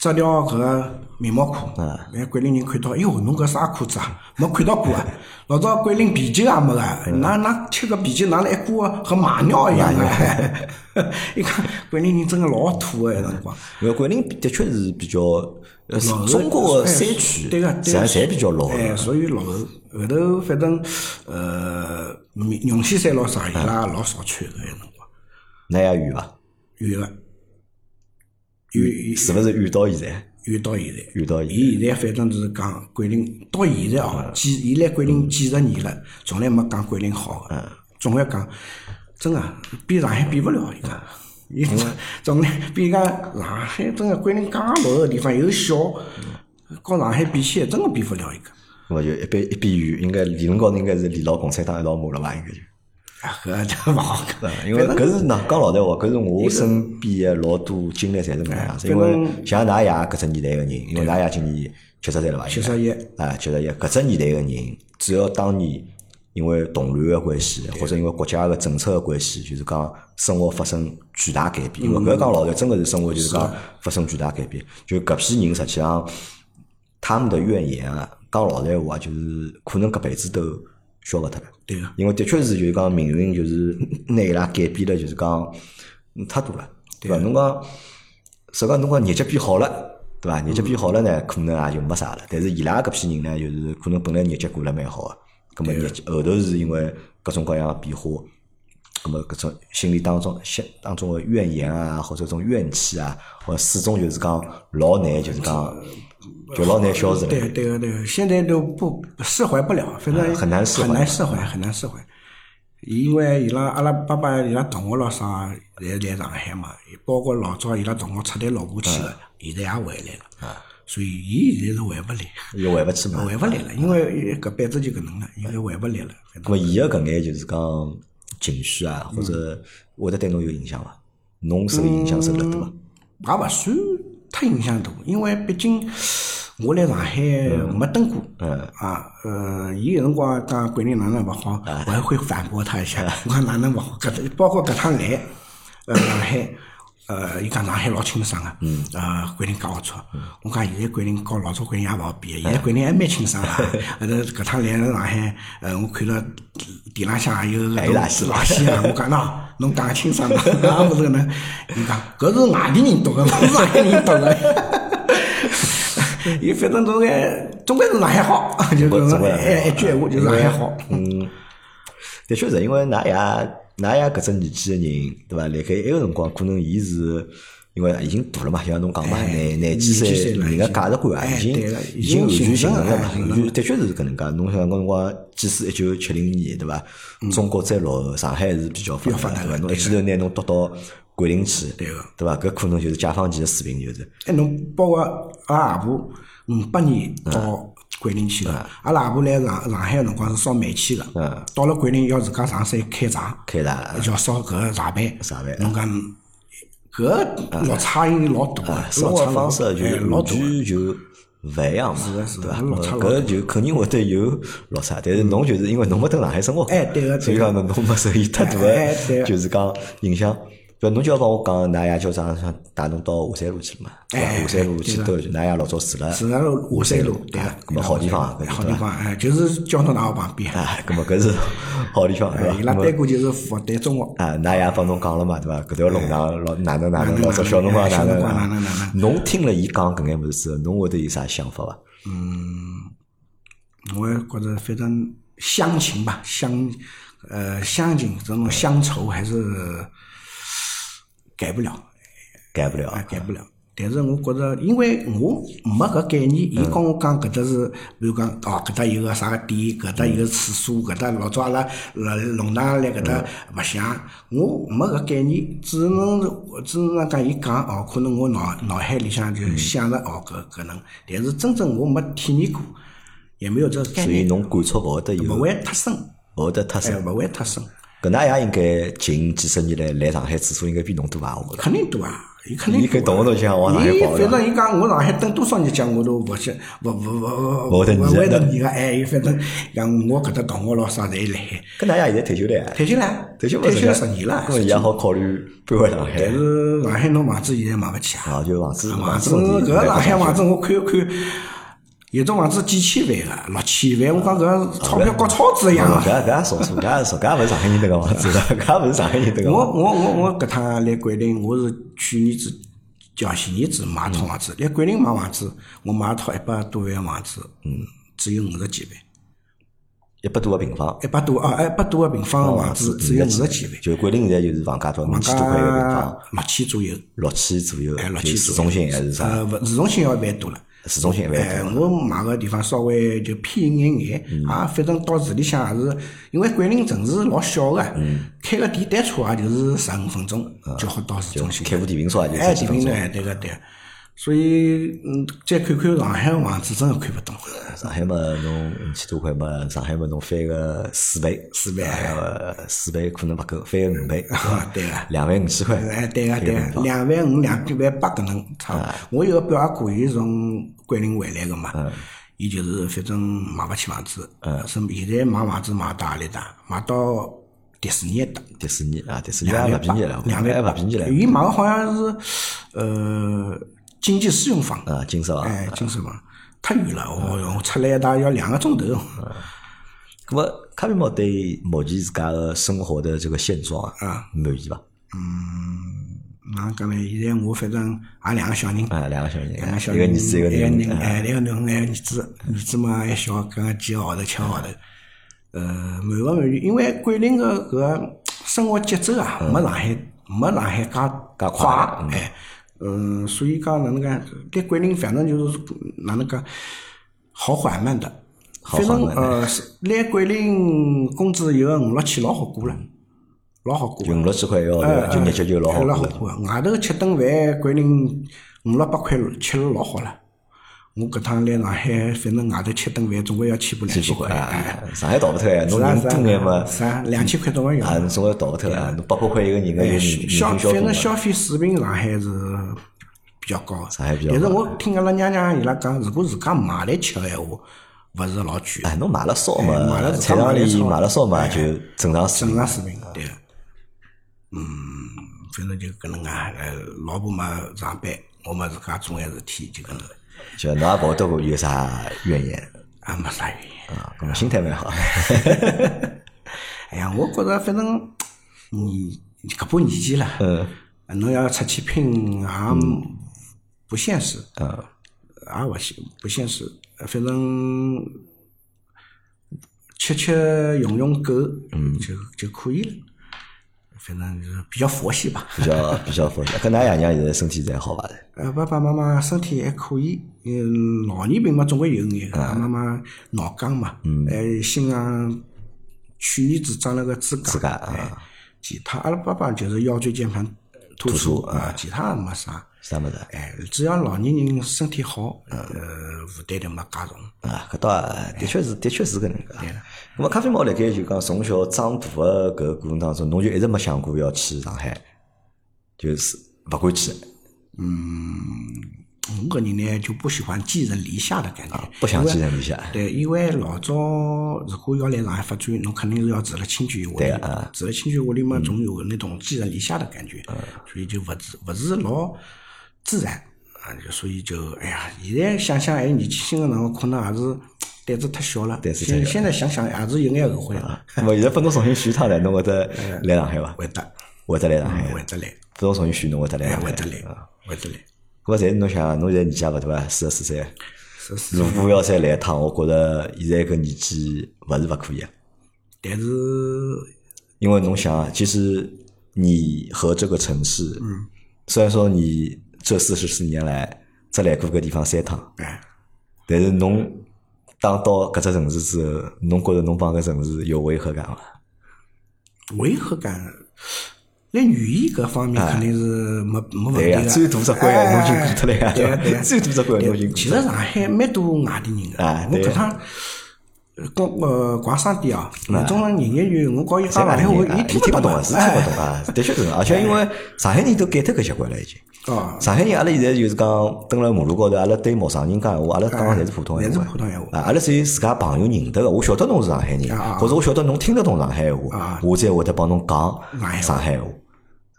Speaker 2: 摘条搿个棉毛裤，哎，桂林人看到，哟，侬搿啥裤子啊？没看到过啊！老早桂林啤酒也没啊个，哪哪吃个啤酒拿了一锅和马尿一样 个。伊讲桂林人真个老土个，那辰光。
Speaker 1: 因为桂林的确是比较，呃，
Speaker 2: 老哎
Speaker 1: 中国的山区，
Speaker 2: 对个，
Speaker 1: 实际
Speaker 2: 对
Speaker 1: 上
Speaker 2: 个
Speaker 1: 侪比较老的，
Speaker 2: 哎，属于落后。后头反正呃，米绒线衫咯啥，伊拉老少穿个，那辰
Speaker 1: 㑚
Speaker 2: 光
Speaker 1: 也远伐？
Speaker 2: 有个，有有
Speaker 1: 是勿是远到现在？
Speaker 2: 远到现在，
Speaker 1: 远到现在
Speaker 2: 伊现在反正就是讲桂林，到现在
Speaker 1: 嗯
Speaker 2: 哦，几伊来桂林几十年了，从来没讲桂林好
Speaker 1: 嗯
Speaker 2: 个，总归讲，真个比上海比勿了，伊讲，
Speaker 1: 嗯
Speaker 2: 伊总 总来比讲上海真个桂林介落后个地方又小，
Speaker 1: 嗯
Speaker 2: 和上海比起来真个比勿了伊讲。
Speaker 1: 那么就一边一边远，应该理论高头应该是连牢共产党一道骂了吧？应该就。
Speaker 2: 啊，搿这勿好讲，
Speaker 1: 嗯因为搿是哪讲老实话，搿是我身边的老多经历侪是搿能样子。因为像㑚爷搿只年代个人，因为㑚爷今年七十岁了伐？
Speaker 2: 七十一，
Speaker 1: 啊，七十一搿只年代个人，只要当年因为动乱个关系，或者因为国家个政策个关系，就是讲生活发生巨大改变。因为搿讲老实，真个是生活就是讲发生巨大改变。就搿批人实际上，他们的怨言啊，讲老实话，就是可能搿辈子都消勿脱了。
Speaker 2: 对个，
Speaker 1: 因为的确是就是讲命运就是 拿伊拉改变了，就是讲嗯太多了，对伐？侬讲，实际讲侬讲日脚变好了，对伐？日脚变好了呢，可能也就没啥了。但是伊拉搿批人呢，就是可能本来日脚过了蛮好个，葛末日脚后头是因为各种各样的变化，葛末搿种心里当中心当中的怨言啊，或者种怨气啊，或者始终就是讲老难，就是讲就呃老难消除了。
Speaker 2: 对对个对个，现在都不释怀不了，反正
Speaker 1: 啊很难释怀
Speaker 2: 很难释怀，很难释怀。因为伊拉阿拉爸爸伊拉同学咯啥，侪来上海嘛，包括老早伊拉同学出来落户去
Speaker 1: 嗯
Speaker 2: 个，现在也回来了，所以伊现在是回不来，
Speaker 1: 又回勿去嘛。
Speaker 2: 回不来了，因为搿辈子就搿能了，应该回不来了。
Speaker 1: 那
Speaker 2: 反正
Speaker 1: 么伊个搿眼就是讲情绪啊，或者会得对侬有影响伐？侬受影响受得多
Speaker 2: 嗯
Speaker 1: 伐？
Speaker 2: 也勿算太影响大，因为毕竟我来上海没蹲过，啊，呃，伊有辰光讲桂林哪能勿好，我还会反驳他一下，我讲哪能勿好，搿包括搿趟来，呃，上海。呃，伊讲上海老清爽个，呃，桂林介龌龊。我讲现在桂林和老早桂林也勿好比，啊现在桂林还蛮清爽啦。后头搿趟来了上海，呃，我看到地浪向也有搿
Speaker 1: 有
Speaker 2: 种
Speaker 1: 垃圾
Speaker 2: 垃圾啊！我讲喏，侬讲清爽嘛， 也勿是搿能。伊讲搿是外地人读个，勿是上海人读个。 伊反正总归总归是上海好，
Speaker 1: 总
Speaker 2: 就
Speaker 1: 归
Speaker 2: 搿
Speaker 1: 总
Speaker 2: 种
Speaker 1: 归
Speaker 2: 哎一句闲话就是上海好。
Speaker 1: 嗯的确是因为㑚爷㑚爷搿只年纪个人，对伐？辣盖埃个辰光，可能伊是因为已经大了嘛，像侬讲嘛，廿廿几
Speaker 2: 哎年
Speaker 1: 岁
Speaker 2: 纪岁了
Speaker 1: 人
Speaker 2: 已
Speaker 1: 个
Speaker 2: 经
Speaker 1: 价值观啊
Speaker 2: 哎
Speaker 1: 已经
Speaker 2: 对了已
Speaker 1: 经
Speaker 2: 经
Speaker 1: 完全
Speaker 2: 形
Speaker 1: 形
Speaker 2: 成
Speaker 1: 成
Speaker 2: 了
Speaker 1: 了嘛
Speaker 2: 哎形。
Speaker 1: 完
Speaker 2: 成
Speaker 1: 全的确是搿能介。侬想搿辰光，即使一九七零年，对伐？中国再落后，上海还是比较发
Speaker 2: 嗯较发
Speaker 1: 达
Speaker 2: 达
Speaker 1: 的，对伐？
Speaker 2: 的
Speaker 1: 侬一记头拿侬丢到桂林去，
Speaker 2: 对个
Speaker 1: 对伐？搿可能就是解放前个水平，就是。
Speaker 2: 哎，侬包括阿拉阿婆五八年
Speaker 1: 嗯
Speaker 2: 到桂林去个，阿拉阿婆来上上海个辰光是烧煤气
Speaker 1: 嗯
Speaker 2: 个，到了桂林要自家上山开柴，
Speaker 1: 开大
Speaker 2: 要烧搿个柴板。
Speaker 1: 啥办？
Speaker 2: 侬讲搿落差应该老大个，
Speaker 1: 生
Speaker 2: 落
Speaker 1: 活
Speaker 2: 差
Speaker 1: 嗯方式
Speaker 2: 老
Speaker 1: 就
Speaker 2: 哎老
Speaker 1: 完
Speaker 2: 大。
Speaker 1: 全就勿一样嘛，
Speaker 2: 是的是的
Speaker 1: 对伐？
Speaker 2: 有落差
Speaker 1: 搿
Speaker 2: 老
Speaker 1: 就肯定会得有落差，但是侬就是因为侬没蹲上海生活过，
Speaker 2: 哎对个对个
Speaker 1: 所以讲侬侬没受伊太大
Speaker 2: 哎对
Speaker 1: 个，
Speaker 2: 个
Speaker 1: 就是讲影响。对伐，侬就要帮我讲，㑚爷叫啥想带侬到华山路去了嘛？对伐？
Speaker 2: 哎
Speaker 1: 华山路去
Speaker 2: 对个
Speaker 1: 兜一圈，㑚爷老早住了，
Speaker 2: 自然路华山路，对
Speaker 1: 啊
Speaker 2: 个，
Speaker 1: 搿么好地方啊搿地
Speaker 2: 好地方，哎，就是交通大学旁边，
Speaker 1: 啊，搿么搿是好地方，对伐
Speaker 2: 哎？伊拉
Speaker 1: 搿么
Speaker 2: 对过就是复旦中学，
Speaker 1: 啊，㑚爷帮侬讲了嘛，对伐？搿条弄堂老哪能哪能，老早小辰光哪能
Speaker 2: 哎
Speaker 1: 哪
Speaker 2: 哪能哪
Speaker 1: 能。侬听了伊讲搿眼物事之后，侬会得有啥想法伐？
Speaker 2: 我也觉着反正乡情吧，乡呃乡情这
Speaker 1: 哎
Speaker 2: 种乡愁还是改不了，
Speaker 1: 改不了
Speaker 2: 啊，改不了。但是我觉着，因为我没搿概念，伊跟我讲搿搭是，比如讲哦，搿搭有个啥个店，搿搭有个厕所，搿搭老早阿拉辣弄堂来搿搭白相，我没搿概念，只能只能讲伊讲哦，可能我脑脑海里向
Speaker 1: 嗯
Speaker 2: 就想着哦搿搿能，但是真正我没体验过，也没有这个概
Speaker 1: 所以
Speaker 2: 念，
Speaker 1: 侬感触勿会得有，
Speaker 2: 勿会太深，
Speaker 1: 勿会得太
Speaker 2: 啊哎，
Speaker 1: 深。
Speaker 2: 勿会太深，
Speaker 1: 搿㑚爷应该近几十年来来上海次数应该比侬多伐？我觉着。
Speaker 2: 肯定多啊，伊肯定
Speaker 1: 伊搿动
Speaker 2: 多啊
Speaker 1: 勿动就想往上海
Speaker 2: 伊
Speaker 1: 跑
Speaker 2: 反
Speaker 1: 了。
Speaker 2: 正伊讲我上海等多少日脚我都勿去，勿勿勿
Speaker 1: 勿会得腻
Speaker 2: 会
Speaker 1: 的
Speaker 2: 得腻个。哎，伊反正讲我搿搭同学咯啥侪来，
Speaker 1: 搿㑚爷现在退休了呀？
Speaker 2: 退休了，
Speaker 1: 退休
Speaker 2: 退休
Speaker 1: 了
Speaker 2: 了十年了
Speaker 1: 搿。么伊也好考虑搬回上
Speaker 2: 但
Speaker 1: 海。
Speaker 2: 是上海侬房子现在买勿起啊，
Speaker 1: 啊，就房子
Speaker 2: 房
Speaker 1: 子
Speaker 2: 子
Speaker 1: 问题
Speaker 2: 搿
Speaker 1: 没办法
Speaker 2: 上海
Speaker 1: 解决
Speaker 2: 房子我看一看，有种房子几千万个，六千万，我讲搿钞票搞钞子一样
Speaker 1: 啊
Speaker 2: 啊。
Speaker 1: 搿搿也少数，搿也少，搿也勿是上海人迭个房子 了，搿也勿是上海人迭个
Speaker 2: 我
Speaker 1: 房子。
Speaker 2: 我我我搿趟来桂林，我是去年子叫前年子买套房
Speaker 1: 嗯
Speaker 2: 子，来桂林买房子，我买一套一百多万房子，嗯，只有五十几万。
Speaker 1: 一百多个平方，
Speaker 2: 一百多啊，一百多个平方个房
Speaker 1: 哦
Speaker 2: 子只有五十几万，
Speaker 1: 就桂林现在就是房价多少？五千多块一个平
Speaker 2: 啊
Speaker 1: 方，，
Speaker 2: 六千左右，
Speaker 1: 六千左右，
Speaker 2: 哎，六
Speaker 1: 就
Speaker 2: 千
Speaker 1: 市
Speaker 2: 左右。
Speaker 1: 中心还是啥？
Speaker 2: 呃，勿市中心要一万多了。
Speaker 1: 市中心一万
Speaker 2: 哎，
Speaker 1: 多。
Speaker 2: 我买个地方稍微就偏一眼眼，啊，反正到市里向也是，因为桂林城市老小个，开个电单车也就是十五分钟啊就好到市中心。
Speaker 1: 开部电瓶车也就
Speaker 2: 哎，
Speaker 1: 十几
Speaker 2: 地
Speaker 1: 分
Speaker 2: 平
Speaker 1: 钟
Speaker 2: 呢，对个对个。所以，嗯，再看看上海个房子，真个看不懂。
Speaker 1: 上海嘛，侬五千多块嘛，上海嘛，侬翻个四倍，
Speaker 2: 四倍
Speaker 1: 呃，四倍可能勿够，翻个五倍，
Speaker 2: 啊， 对个。
Speaker 1: 两万五千块，
Speaker 2: 哎，对个、
Speaker 1: 一个
Speaker 2: 对个、
Speaker 1: 平方
Speaker 2: 两万五、两万八搿能差不多。我有个表阿哥，伊是从桂林回来个嘛，伊就是反正买勿起房子，是现在买房子买到阿里搭，买到迪士尼一搭，
Speaker 1: 迪士尼啊，迪士尼
Speaker 2: 两
Speaker 1: 也勿
Speaker 2: 万八嗯
Speaker 1: 便宜了，，
Speaker 2: 两万
Speaker 1: 也勿便宜了，
Speaker 2: 伊买个好像是呃经济适用房，
Speaker 1: 啊，金色啊。
Speaker 2: 哎，经适房太远了，我我出来一搭要两个钟头。
Speaker 1: 啊那么，卡比猫对目前自家的生活的这个现状啊，满意伐？
Speaker 2: 哪能讲呢？现在我反正也两个小人，
Speaker 1: 啊，两个小人，
Speaker 2: 两个小
Speaker 1: 一个儿子，一个
Speaker 2: 个
Speaker 1: 女
Speaker 2: 女
Speaker 1: 儿啊，
Speaker 2: 哎，两个囡哎，儿子，儿子嘛还小，刚刚几个号头，七个号头，呃，满勿满意？因为桂林个搿个生活节奏啊，没上海，没上海介
Speaker 1: 嗯介
Speaker 2: 快
Speaker 1: 快，
Speaker 2: 哎，嗯，所以讲哪能讲？对桂林反正就是哪能讲，好缓慢的，
Speaker 1: 好
Speaker 2: 反正
Speaker 1: 缓慢的
Speaker 2: 呃，是来桂林工资有个五六千，老好过了，老好过
Speaker 1: 就
Speaker 2: 了。
Speaker 1: 五六千块一个号头，就日脚就老好
Speaker 2: 哎
Speaker 1: 过
Speaker 2: 老好
Speaker 1: 了。
Speaker 2: 过啊。外头吃顿饭，桂林五六百块吃了老好了。我搿趟来上海，反正外头吃顿饭，总归要千把两
Speaker 1: 千
Speaker 2: 千
Speaker 1: 多
Speaker 2: 块。
Speaker 1: 块
Speaker 2: 哎
Speaker 1: 啊，上海逃勿脱呀，侬
Speaker 2: 是啊
Speaker 1: 人
Speaker 2: 是啊
Speaker 1: 多眼嘛，
Speaker 2: 是啊，两千块总归有。
Speaker 1: 啊，侬总归逃勿脱啊，侬八百块一个人个就
Speaker 2: 哎
Speaker 1: 人
Speaker 2: 消
Speaker 1: 均
Speaker 2: 消
Speaker 1: 消费
Speaker 2: 反
Speaker 1: 嘛
Speaker 2: 正。消费水平上海是比较高的。
Speaker 1: 上海比较高
Speaker 2: 但是我听阿拉娘娘伊拉讲，如果自家买来吃个闲话，勿是老贵，
Speaker 1: 哎，侬买了烧
Speaker 2: 哎买
Speaker 1: 嘛，
Speaker 2: 了哎
Speaker 1: 菜场里
Speaker 2: 烧
Speaker 1: 买了烧嘛，就正常水平。
Speaker 2: 正常水平对个。嗯，反正就搿能介。呃，老婆嘛上班，我嘛自家做眼事体，就搿能介。
Speaker 1: 就侬也勿会得有啥怨言
Speaker 2: 啊，没啥原因。
Speaker 1: 啊，搿么心态蛮好。
Speaker 2: 哎呀，我觉着反正你搿把年纪了，
Speaker 1: 嗯
Speaker 2: 侬要出去拼也不现实，
Speaker 1: 嗯，
Speaker 2: 也勿现不现实。反正吃吃用用够，嗯，就就可以了。反正就是比较佛系吧。
Speaker 1: 比较比较佛系。搿㑚爷娘现在身体侪好伐？
Speaker 2: 呃，爸爸妈妈身体还可以，嗯，老年病嘛，总归有眼。
Speaker 1: 嗯
Speaker 2: 爸爸妈妈脑梗嘛，呃，心脏去年子长了个支
Speaker 1: 自家
Speaker 2: 架，
Speaker 1: 啊，
Speaker 2: 其他阿拉爸爸就是腰椎间盘突出啊，其他也没啥。
Speaker 1: 啥物事啊？
Speaker 2: 哎，只要老年人身体好，呃，负担就没介重。
Speaker 1: 啊，搿倒也的确是，的确是搿能介。那么咖啡猫辣盖就讲从小长大的搿个过程当中，侬就一直没想过要去上海，就是勿敢去。
Speaker 2: 嗯，国人呢就不喜欢寄人篱下的概念，
Speaker 1: 啊不想寄人篱下。
Speaker 2: 对，因为老早如果要来上海发展，侬肯定是要住辣亲眷屋
Speaker 1: 对
Speaker 2: 里
Speaker 1: 啊，
Speaker 2: 住辣亲眷屋里嘛，总有那种寄人篱下的感觉，
Speaker 1: 嗯
Speaker 2: 所以就勿是勿是老自然啊，就所以就哎呀，现在想想还年纪轻个辰光，可能还是胆子太小了，
Speaker 1: 胆子太
Speaker 2: 现
Speaker 1: 小嗯
Speaker 2: 现在想想还是有眼后悔了，
Speaker 1: 那么现在拨侬重新选一趟呢，侬会得
Speaker 2: 哎
Speaker 1: 来上海伐？
Speaker 2: 会得
Speaker 1: 会得来上海。
Speaker 2: 会得来，
Speaker 1: 拨侬重新选，侬会得来
Speaker 2: 嗯哎
Speaker 1: 上海。
Speaker 2: 会得来，会得来，
Speaker 1: 搿侪是侬想，侬现在年纪也勿大啊，四十四岁。
Speaker 2: 是是。
Speaker 1: 如果要再来一趟，我觉着现在搿年纪勿是勿可以啊。
Speaker 2: 但是
Speaker 1: 因为侬想啊，其实你和这个城市，嗯，虽然说你这四十四年来只来过搿地方三趟，
Speaker 2: 哎。
Speaker 1: 但是侬当到搿只城市之后，侬觉着侬帮搿城市有违和感伐？
Speaker 2: 违和感，那语言搿方面肯定是没没
Speaker 1: 哎哦
Speaker 2: 问
Speaker 1: 对
Speaker 2: 题
Speaker 1: 呀，
Speaker 2: 的。
Speaker 1: 最大只关侬就过脱了
Speaker 2: 哎对呀对
Speaker 1: 呀，哎
Speaker 2: 呀。
Speaker 1: 最大只关侬就过
Speaker 2: 其
Speaker 1: 脱了。
Speaker 2: 实上海蛮多外地人
Speaker 1: 啊
Speaker 2: 的，我
Speaker 1: 对呀
Speaker 2: 搿趟呃逛呃逛商店啊，
Speaker 1: 哎
Speaker 2: 我中国人营业员，我告伊
Speaker 1: 侪
Speaker 2: 讲
Speaker 1: 外
Speaker 2: 外
Speaker 1: 地
Speaker 2: 来话，
Speaker 1: 人啊，
Speaker 2: 伊
Speaker 1: 伊
Speaker 2: 听
Speaker 1: 听
Speaker 2: 勿
Speaker 1: 勿懂
Speaker 2: 懂
Speaker 1: 啊，
Speaker 2: 啊
Speaker 1: 是听勿懂啊，的确是这样。而且因为上海人都改脱搿习惯了，已经。
Speaker 2: 哦，
Speaker 1: 上海人，阿拉现在就是讲蹲辣马路高头，阿拉对陌生人讲闲话，阿拉讲的侪是普通闲
Speaker 2: 侪
Speaker 1: 话，
Speaker 2: 是普通闲话
Speaker 1: 啊，阿拉只有自家朋友认得个，我晓得侬是上海人，
Speaker 2: 啊啊
Speaker 1: 或者我晓得侬听得懂上海闲话
Speaker 2: 啊，
Speaker 1: 我才会得帮侬讲
Speaker 2: 海
Speaker 1: 上海闲话。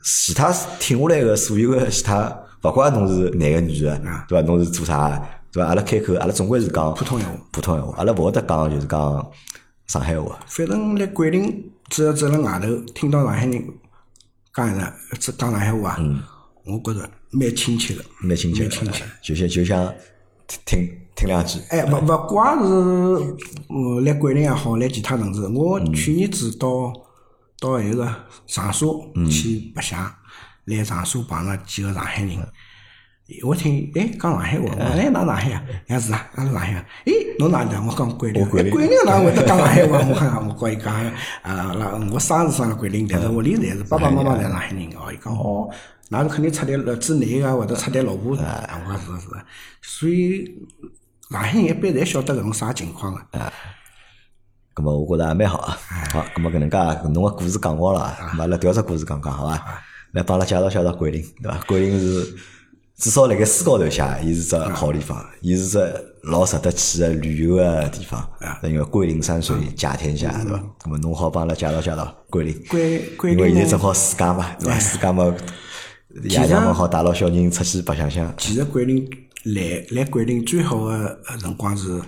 Speaker 1: 其他听下来个所有个其他，勿怪侬是男个女个，对伐？侬是做啥的，对伐？阿拉开口，阿拉总归是讲
Speaker 2: 普通闲话。
Speaker 1: 普通闲话，阿拉勿会得讲就是讲上海闲话。
Speaker 2: 反正来桂林，只要走了外头，听到上海人讲啥，只讲上海话啊，
Speaker 1: 嗯
Speaker 2: 我觉着蛮亲切的。
Speaker 1: 蛮亲切的，就像就像听听听两句，
Speaker 2: 哎，勿勿怪是，呃，来桂林也好，来其他城市，我去年子到到那个长沙去白相，来长沙碰了几个上海人。我听，哎，讲上海话，我讲哎，哪上海啊？也是啊，俺是上海啊。哎，侬哪里啊？我讲桂林啊。
Speaker 1: 我桂林
Speaker 2: 哎桂林哪会得讲上海话？我讲，我告伊讲，啊，那我生是生了桂林，但是屋里侪是爸爸妈妈侪上海人哦。伊讲哦，那是肯定出点儿子女啊，或者出点老婆。啊，我说是是，所以上海人一般侪晓得搿种啥情况啊个。
Speaker 1: 咁么我觉着也蛮好啊。
Speaker 2: 哎
Speaker 1: 好，咁么搿能介，侬个故事讲光了啊，咁么阿拉调只故事讲讲好伐？
Speaker 2: 啊
Speaker 1: 来帮阿拉介绍介绍桂林，对伐？桂林是至少辣盖书高头写，伊是只
Speaker 2: 啊
Speaker 1: 好地方，伊是只老值得去个旅游个地方。
Speaker 2: 啊
Speaker 1: 因为桂林山水甲天下，对伐？咁么侬好帮阿拉介绍介绍桂林。
Speaker 2: 嗯桂桂
Speaker 1: 因为
Speaker 2: 林
Speaker 1: 现在
Speaker 2: 呢哎
Speaker 1: 正，好暑假嘛，对伐？暑假嘛，爷娘们好带牢小人出去白相相。
Speaker 2: 其实桂林来来桂林最好个呃辰光是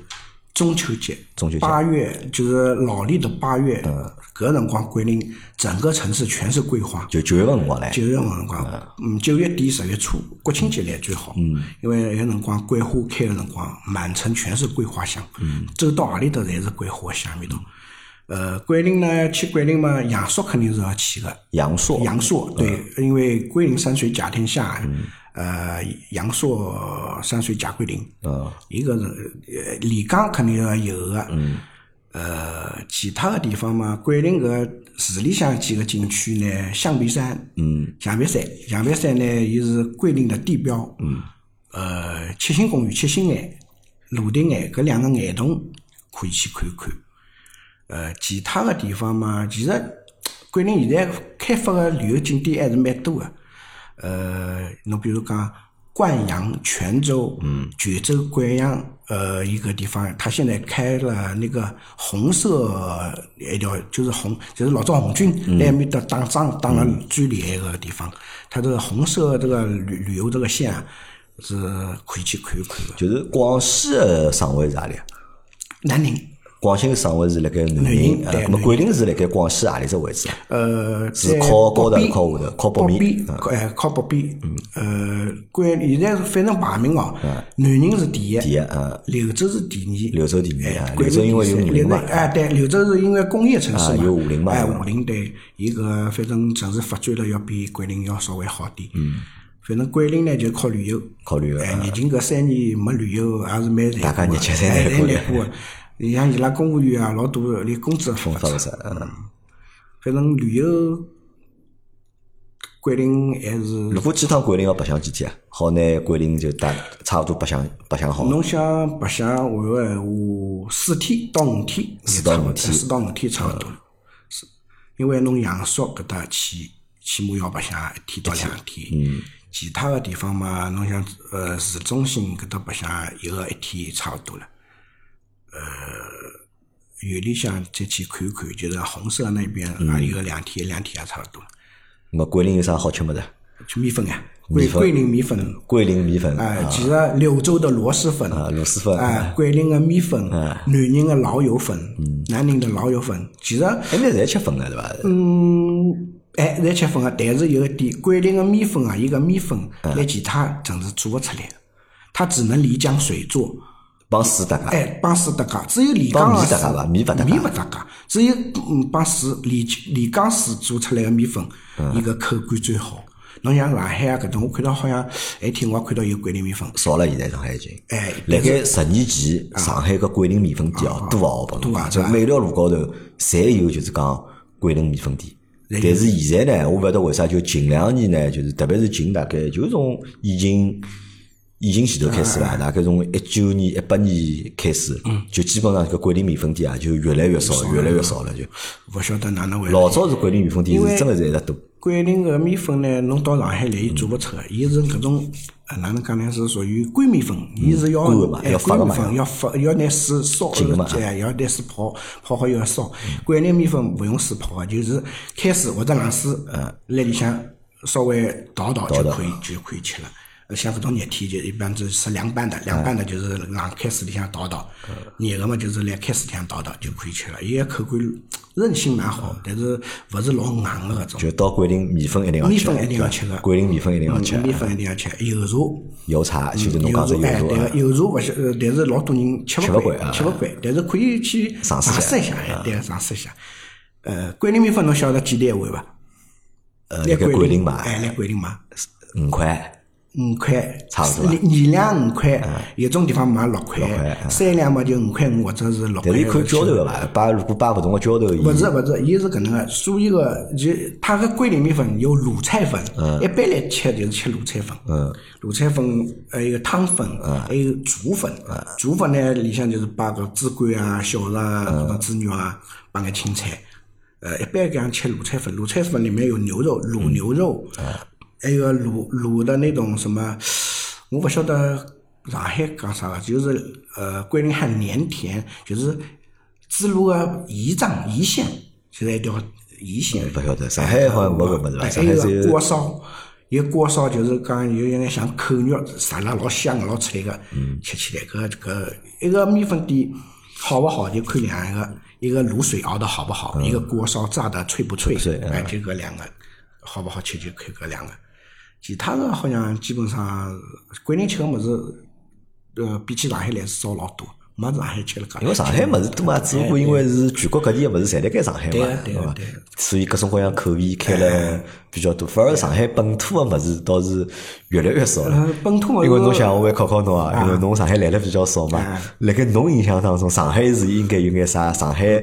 Speaker 2: 中秋节，
Speaker 1: 中秋节
Speaker 2: 八月就是老历的八月，搿辰光桂林整个城市全是桂花。
Speaker 1: 就九月份辰光来，
Speaker 2: 九月份辰光，嗯，九月底十月初，国庆节来最好，嗯，因为有辰光桂花开的辰光，满城全是桂花香，嗯，走到何里头侪是桂花的香味道。呃，桂林呢，去桂林嘛，阳朔肯定是要去的，
Speaker 1: 阳朔，
Speaker 2: 阳朔对，因为桂林山水甲天下，呃，阳朔山水甲桂林，
Speaker 1: 嗯，
Speaker 2: 一个是呃漓江肯定要有个，嗯，呃，其他的地方嘛，桂林搿市里向几个景区呢，象鼻山，嗯，象鼻山，象鼻山呢，伊是桂林的地标，嗯，呃，七星公园、七星岩、鲁定岩搿两个岩洞可以去看看。呃，其他的地方嘛，其实呃桂林现在开发的旅游景点还是蛮多的。呃，侬比如讲灌阳、泉州、嗯，泉州灌阳，呃，一个地方，它现在开了那个红色呃一条，就是红，就是老早红军在埃面搭打仗打了最厉害个地方，它这个红色这个旅旅游这个线啊，是可以去看一看的。
Speaker 1: 就是广西的省会是阿里啊？
Speaker 2: 南宁，
Speaker 1: 广西的省会是辣盖南
Speaker 2: 南
Speaker 1: 宁，
Speaker 2: 宁
Speaker 1: 啊
Speaker 2: 对
Speaker 1: 那么桂林是辣盖广西阿里只位置啊？
Speaker 2: 呃，
Speaker 1: 是
Speaker 2: 在
Speaker 1: 靠高头
Speaker 2: 北边
Speaker 1: 靠下头靠北
Speaker 2: 北
Speaker 1: 面
Speaker 2: 边，哎，
Speaker 1: 嗯
Speaker 2: 靠北边。呃，关现在是反正排名哦，南宁是第一，
Speaker 1: 嗯第一，嗯，
Speaker 2: 柳州是第二，
Speaker 1: 柳州第二啊
Speaker 2: 哎
Speaker 1: 柳州因为有五
Speaker 2: 柳
Speaker 1: 零
Speaker 2: 州
Speaker 1: 嘛
Speaker 2: 哎，对，柳州是因为工业城市
Speaker 1: 啊
Speaker 2: 嘛，
Speaker 1: 有五零嘛
Speaker 2: 哎，
Speaker 1: 对吧
Speaker 2: 五零对，伊个反正城市发展了要比桂林要稍微好点。嗯，反正桂林呢就靠旅游，
Speaker 1: 考虑呃
Speaker 2: 哎，疫情搿三年没旅游还是蛮
Speaker 1: 啊大
Speaker 2: 难
Speaker 1: 家日
Speaker 2: 过的，
Speaker 1: 脚侪
Speaker 2: 哎
Speaker 1: 难过
Speaker 2: 蛮
Speaker 1: 的
Speaker 2: 难过的。你像伊拉公务员啊，老多连工资也发
Speaker 1: 工
Speaker 2: 勿
Speaker 1: 作
Speaker 2: 出
Speaker 1: 勿。是？嗯，
Speaker 2: 反正旅游，桂林还是
Speaker 1: 如果去趟桂林要白相几天啊？好拿桂林就搭差不多白相白相好，
Speaker 2: 侬想白相玩个闲话，四天到五天也
Speaker 1: 四到
Speaker 2: 差不
Speaker 1: 五
Speaker 2: 多
Speaker 1: 天
Speaker 2: 四到五天差勿多了。是，因为侬阳朔搿搭去，起码要白相一天到两天。嗯。其他个地方嘛，侬像呃市中心搿搭白相一个一天差勿多了。呃，园里向再去看看，就是红色那边啊，有个两天两天也差勿多了。
Speaker 1: 咹桂林有啥好吃么子？
Speaker 2: 就米粉啊，桂桂林米粉。
Speaker 1: 桂林米粉
Speaker 2: 啊，其实柳州的螺蛳粉
Speaker 1: 啊，螺蛳粉哎
Speaker 2: 啊，桂林的米粉，南宁的老友粉，
Speaker 1: 嗯
Speaker 2: 南宁的老友粉，其实
Speaker 1: 哎，那侪吃粉的对伐？
Speaker 2: 嗯，哎，侪吃粉啊，但是有个点，桂林的米粉啊，伊个米粉
Speaker 1: 哎
Speaker 2: 辣其他城市做勿出来，它只能漓江水做。
Speaker 1: 帮啊水搭界，
Speaker 2: 哎，帮水搭界，只有漓江
Speaker 1: 的水
Speaker 2: 米
Speaker 1: 勿搭
Speaker 2: 界，
Speaker 1: 哦米
Speaker 2: 勿搭界，只有嗯帮水漓漓江水做出来的米粉，
Speaker 1: 嗯
Speaker 2: 伊个口感最好。侬像上海啊，搿种我看到好像，哎，听我看到有桂林米粉，
Speaker 1: 少了现在上海已经。
Speaker 2: 哎，
Speaker 1: 辣盖十年前，上海个桂林米粉店哦，多啊，好
Speaker 2: 多啊
Speaker 1: 就每条路高头侪有，就是讲桂林米粉店。但是现在呢，我勿晓得为啥，就近两年呢，就是特别是近大概就从疫情疫情前头开始
Speaker 2: 嗯
Speaker 1: 伐，大概从一九年、一八年开始，就基本上搿桂林米粉店啊，就越来越少，越来越少了。就
Speaker 2: 勿晓得哪能回事。
Speaker 1: 老早是桂林米粉店
Speaker 2: 因为
Speaker 1: 是真的是一直多，
Speaker 2: 桂林个米粉呢，侬到上海来，伊做勿出个，伊是搿种呃哪能讲呢？是属于干米粉，伊是要
Speaker 1: 干的嘛
Speaker 2: 哎
Speaker 1: 要发
Speaker 2: 干
Speaker 1: 的
Speaker 2: 米
Speaker 1: 嘛
Speaker 2: 粉要发要拿水烧
Speaker 1: 浸的嘛
Speaker 2: 哎要拿水泡泡好以后烧。桂林米粉勿用水泡个，就是开水或者冷水，呃，辣里向稍微倒倒就可以就可以吃了。呃像搿种热天就一般就是吃凉拌的，凉拌的就是冷开水里向倒倒，热个嘛就是辣开水里向倒倒就可以吃了。伊个口感韧性蛮好，但是勿是老硬个搿种。
Speaker 1: 就到桂林米粉一定要吃，
Speaker 2: 米粉一定要吃的
Speaker 1: 桂林米粉一定要吃
Speaker 2: 嗯，米粉一定要吃，油茶。
Speaker 1: 油茶，就是侬讲是
Speaker 2: 油
Speaker 1: 油
Speaker 2: 茶，哎，
Speaker 1: 茶
Speaker 2: 对
Speaker 1: 啊
Speaker 2: 个，。油茶勿晓，呃，但是老多人吃勿
Speaker 1: 吃不惯啊
Speaker 2: 惯，吃勿惯，但是可以去
Speaker 1: 尝
Speaker 2: 尝
Speaker 1: 试一下啊
Speaker 2: 试一下，哎，对，尝试一下。呃，桂林米粉侬晓得几钿一碗伐？
Speaker 1: 呃，
Speaker 2: 来
Speaker 1: 辣盖桂林
Speaker 2: 哎，
Speaker 1: 买
Speaker 2: 来桂林买
Speaker 1: 五块，
Speaker 2: 五块，
Speaker 1: 差不多啊
Speaker 2: 二两五块，有种地方买六块
Speaker 1: 块，嗯
Speaker 2: 三两嘛就五块五或者是六块。
Speaker 1: 但是伊看浇头个伐？摆如果摆勿同个浇头，伊
Speaker 2: 不是不是，伊是搿能个，所以个就它个桂林米粉有卤菜粉，一般来吃就是吃卤菜粉，卤菜粉还有汤粉，还有煮粉，煮粉呢里向就是摆个猪肝啊、小肠啊、搿种猪肉啊，摆眼青菜，呃，一般讲吃卤菜粉，卤菜粉里面有牛肉、卤牛肉，还有个卤卤的那种什么，我勿晓得上海讲啥个，就是呃桂林喊黏甜，就是猪肉个胰脏胰腺，就是一条胰腺。
Speaker 1: 勿晓得。上海好像没搿物事伐？
Speaker 2: 还
Speaker 1: 上海
Speaker 2: 有
Speaker 1: 只
Speaker 2: 个
Speaker 1: 有
Speaker 2: 锅烧，一个锅烧就是讲有眼像扣肉，啥啦老香老脆个，
Speaker 1: 嗯
Speaker 2: 吃起来搿搿一个面粉店好勿好就看两个，一个卤水熬得好不好，一个锅烧炸得脆不脆，
Speaker 1: 嗯脆嗯
Speaker 2: 哎，就搿两个好不好吃就看搿两个，其他的好像基本上桂林吃个物事，呃，比起上海来是少老多，没上海吃了介。
Speaker 1: 因为上海物事多嘛，只不过因为是全国各地个物事侪辣盖上海嘛
Speaker 2: 对啊，对啊
Speaker 1: 伐
Speaker 2: 对啊？
Speaker 1: 所以各种各样口味开了比较多，反而上海本土个物事倒是越来越少了
Speaker 2: 呃。本土个
Speaker 1: 因为侬想，我也考考侬啊，因为侬上海来了比较少嘛
Speaker 2: 啊。
Speaker 1: 辣盖侬印象当中，上海是应该有眼啥上海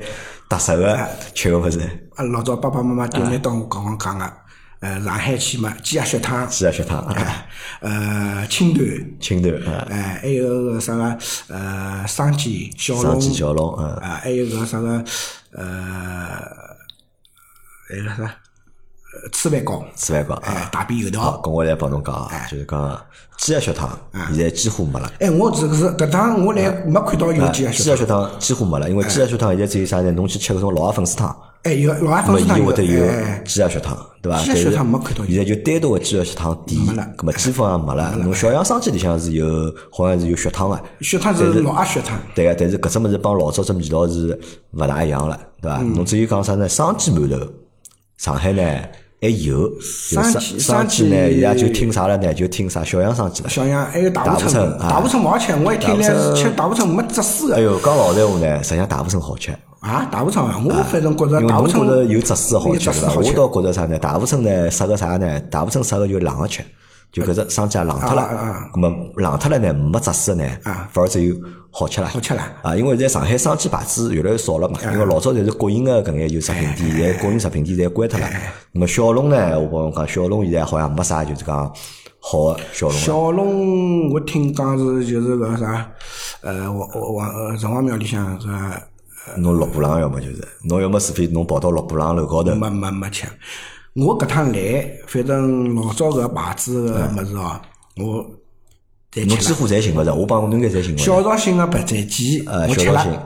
Speaker 1: 特色个吃个物事？
Speaker 2: 啊，老早爸爸妈妈对来当我刚刚讲个，呃，上海去嘛，鸡鸭血汤，
Speaker 1: 鸡鸭血汤、
Speaker 2: 哎，呃，青团，
Speaker 1: 青团啊，
Speaker 2: 哎，还有个啥个，呃，生煎小
Speaker 1: 上
Speaker 2: 笼，
Speaker 1: 鸡小笼啊，
Speaker 2: 啊，还有个啥个，呃，还有个啥，呃糍粑糕，
Speaker 1: 吃饭光啊。
Speaker 2: 哎，大便油
Speaker 1: 好，
Speaker 2: 条。
Speaker 1: 跟我来帮侬讲啊，就是讲鸡鸭血汤
Speaker 2: 嗯
Speaker 1: 现在几乎没了。
Speaker 2: 哎，我这个是搿趟我
Speaker 1: 啊
Speaker 2: 来没看到有鸡鸭
Speaker 1: 鸡
Speaker 2: 血
Speaker 1: 鸭
Speaker 2: 汤，
Speaker 1: 血汤几乎没了，因为鸡鸭血汤现在只有啥呢？侬去吃搿种老鸭粉丝汤，
Speaker 2: 哎，有老外
Speaker 1: 那么
Speaker 2: 粉丝
Speaker 1: 伊
Speaker 2: 汤
Speaker 1: 会
Speaker 2: 有
Speaker 1: 得
Speaker 2: 的，
Speaker 1: 有
Speaker 2: 哎，哎
Speaker 1: 鸡鸭血汤，对伐？
Speaker 2: 鸡鸭血汤没看到
Speaker 1: 但是现在就单独个鸡鸭血汤店
Speaker 2: 没了哎
Speaker 1: 葛末基本上没了。侬小杨生煎里向是有，好像是有血汤个。
Speaker 2: 血汤是老鸭啊血汤，
Speaker 1: 对个，但是搿只物事帮老早只味道是勿大一样了，对
Speaker 2: 嗯
Speaker 1: 伐？侬只有讲啥呢？生煎馒头，上海呢还有，就
Speaker 2: 生
Speaker 1: 生生
Speaker 2: 煎生
Speaker 1: 煎呢，
Speaker 2: 煎
Speaker 1: 伊拉就听啥了呢？就听啥小杨生煎了。
Speaker 2: 小杨还有大
Speaker 1: 大
Speaker 2: 乌
Speaker 1: 乌
Speaker 2: 村
Speaker 1: 村，啊
Speaker 2: 大乌村勿好吃，我一天来吃大乌村没汁水
Speaker 1: 哎
Speaker 2: 个
Speaker 1: 哟，讲老实话呢，实际上大部分好吃。
Speaker 2: 啊，大乌村啊，我反正觉着
Speaker 1: 因为
Speaker 2: 大
Speaker 1: 侬
Speaker 2: 乌
Speaker 1: 觉
Speaker 2: 村
Speaker 1: 着有杂水好吃
Speaker 2: 有
Speaker 1: 是
Speaker 2: 杂
Speaker 1: 吧？
Speaker 2: 好
Speaker 1: 我
Speaker 2: 吃，
Speaker 1: 倒觉着啥呢？大部分呢适合啥呢？大部分适合就冷个吃，就搿只商家冷脱
Speaker 2: 啊啊
Speaker 1: 了
Speaker 2: 啊，
Speaker 1: 那么冷脱了呢没杂水呢，
Speaker 2: 啊
Speaker 1: 反而只有好吃了。
Speaker 2: 好吃了啊
Speaker 1: 啊！因为现在上海生煎牌子越来越少了嘛，因为老早侪是国营个搿眼就食品店，现在国营食品店侪关
Speaker 2: 啊
Speaker 1: 脱了。那么小笼呢，我帮侬讲，小笼现在好像没啥就是讲好个小笼了。
Speaker 2: 小龙，我听讲是就是搿啥，呃，王王呃城隍庙里向搿
Speaker 1: 侬六步浪要么就是，侬要么除非侬跑到六步浪楼高头，
Speaker 2: 没没没吃。我搿趟来，反正老早搿牌子
Speaker 1: 哎
Speaker 2: 个物事哦，我侪
Speaker 1: 侬
Speaker 2: 吃
Speaker 1: 几
Speaker 2: 了。
Speaker 1: 乎侪寻勿着，我帮侬应该侪寻勿
Speaker 2: 小
Speaker 1: 着。
Speaker 2: 绍兴个白斩鸡，
Speaker 1: 呃，
Speaker 2: 我
Speaker 1: 小
Speaker 2: 吃
Speaker 1: 绍兴
Speaker 2: 了，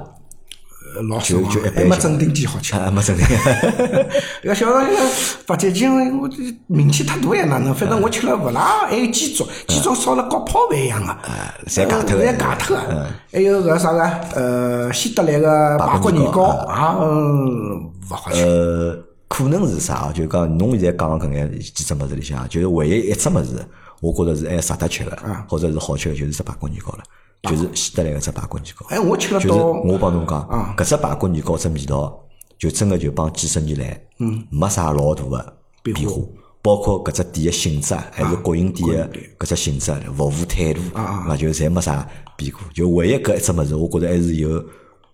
Speaker 2: 呃老失望
Speaker 1: 就就一，般
Speaker 2: 还没
Speaker 1: 性
Speaker 2: 正定鸡好吃。
Speaker 1: 啊，没真的。
Speaker 2: 搿小绍兴个白斩鸡，我这名气太大呀，哪能？反
Speaker 1: 嗯
Speaker 2: 正我吃了勿啦，还有鸡爪，鸡爪烧了搞泡饭一样个，
Speaker 1: 啊侪
Speaker 2: 呃
Speaker 1: 假脱的
Speaker 2: 侪假脱
Speaker 1: 嗯
Speaker 2: 个。还有搿啥个，呃，西德来个排骨年糕也勿好吃。
Speaker 1: 嗯呃，可能是啥啊？就讲侬现在讲搿眼几只物事里向，就是唯一一只物事，我觉着是还值得吃
Speaker 2: 啊
Speaker 1: 个，或者是好吃个，就是只排骨年糕了，就是西德来个只排骨年糕。
Speaker 2: 哎，我吃了
Speaker 1: 就是
Speaker 2: 到
Speaker 1: 我帮侬讲，搿只排骨年糕只味道，就真个就帮寄生以来，嗯，没啥老大个
Speaker 2: 变
Speaker 1: 变化。包括搿只店个性质啊，还是国营店个搿只性质、服务态度，啊，就侪没啥变化。就唯一搿一只物事，我觉着还是有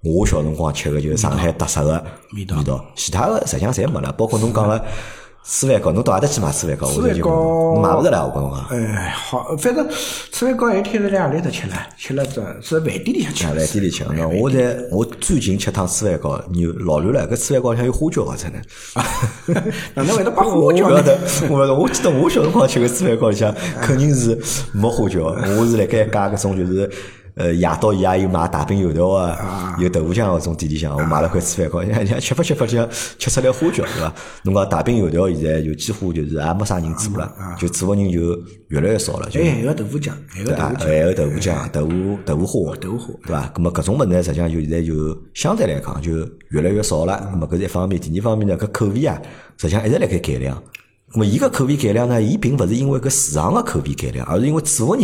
Speaker 1: 我小辰光吃个就是上海特色个味
Speaker 2: 道
Speaker 1: 道，其他个实际上侪没了。包括侬讲个四饭糕，侬到阿搭去买四饭糕？我
Speaker 2: 饭
Speaker 1: 就
Speaker 2: 糕
Speaker 1: 侬买勿着了，我跟侬讲。啊
Speaker 2: 哎，好，反正吃完糕有一天是来阿里头吃了，吃了这是饭店里向吃
Speaker 1: 啊，
Speaker 2: 的。
Speaker 1: 来店里吃。那我在我最近吃趟四饭糕，牛老乱了，搿四饭糕里向有花椒个才能。
Speaker 2: 哪能会得把
Speaker 1: 啊 我
Speaker 2: 花
Speaker 1: 不
Speaker 2: 椒
Speaker 1: 晓
Speaker 2: 呢？
Speaker 1: 得，哎我不晓得。我记得我小辰光吃个四饭糕里向，肯定是没花椒。我是辣盖一家搿种就是，呃，夜到伊也有卖大饼油条啊，有豆腐浆搿种店里向，我买了块四饭糕，人家人家吃法吃法，像吃出来花椒是伐？侬讲大饼油条现在就几乎就是也没啥人做了，就做个人就越来越少了，就
Speaker 2: 哎，还有豆腐浆，还有豆
Speaker 1: 啊
Speaker 2: 腐，
Speaker 1: 还
Speaker 2: 浆。
Speaker 1: 有豆腐浆、豆腐豆腐花、
Speaker 2: 豆腐
Speaker 1: 对伐？那么搿种物事呢，实际上就现在就相对来讲就越来越少了。那么搿是一方面，第二方面呢，搿口味啊，实际上一直辣盖改良。那么伊个口味改良呢，伊并勿是因为搿市场个口味改良，而是因为制服人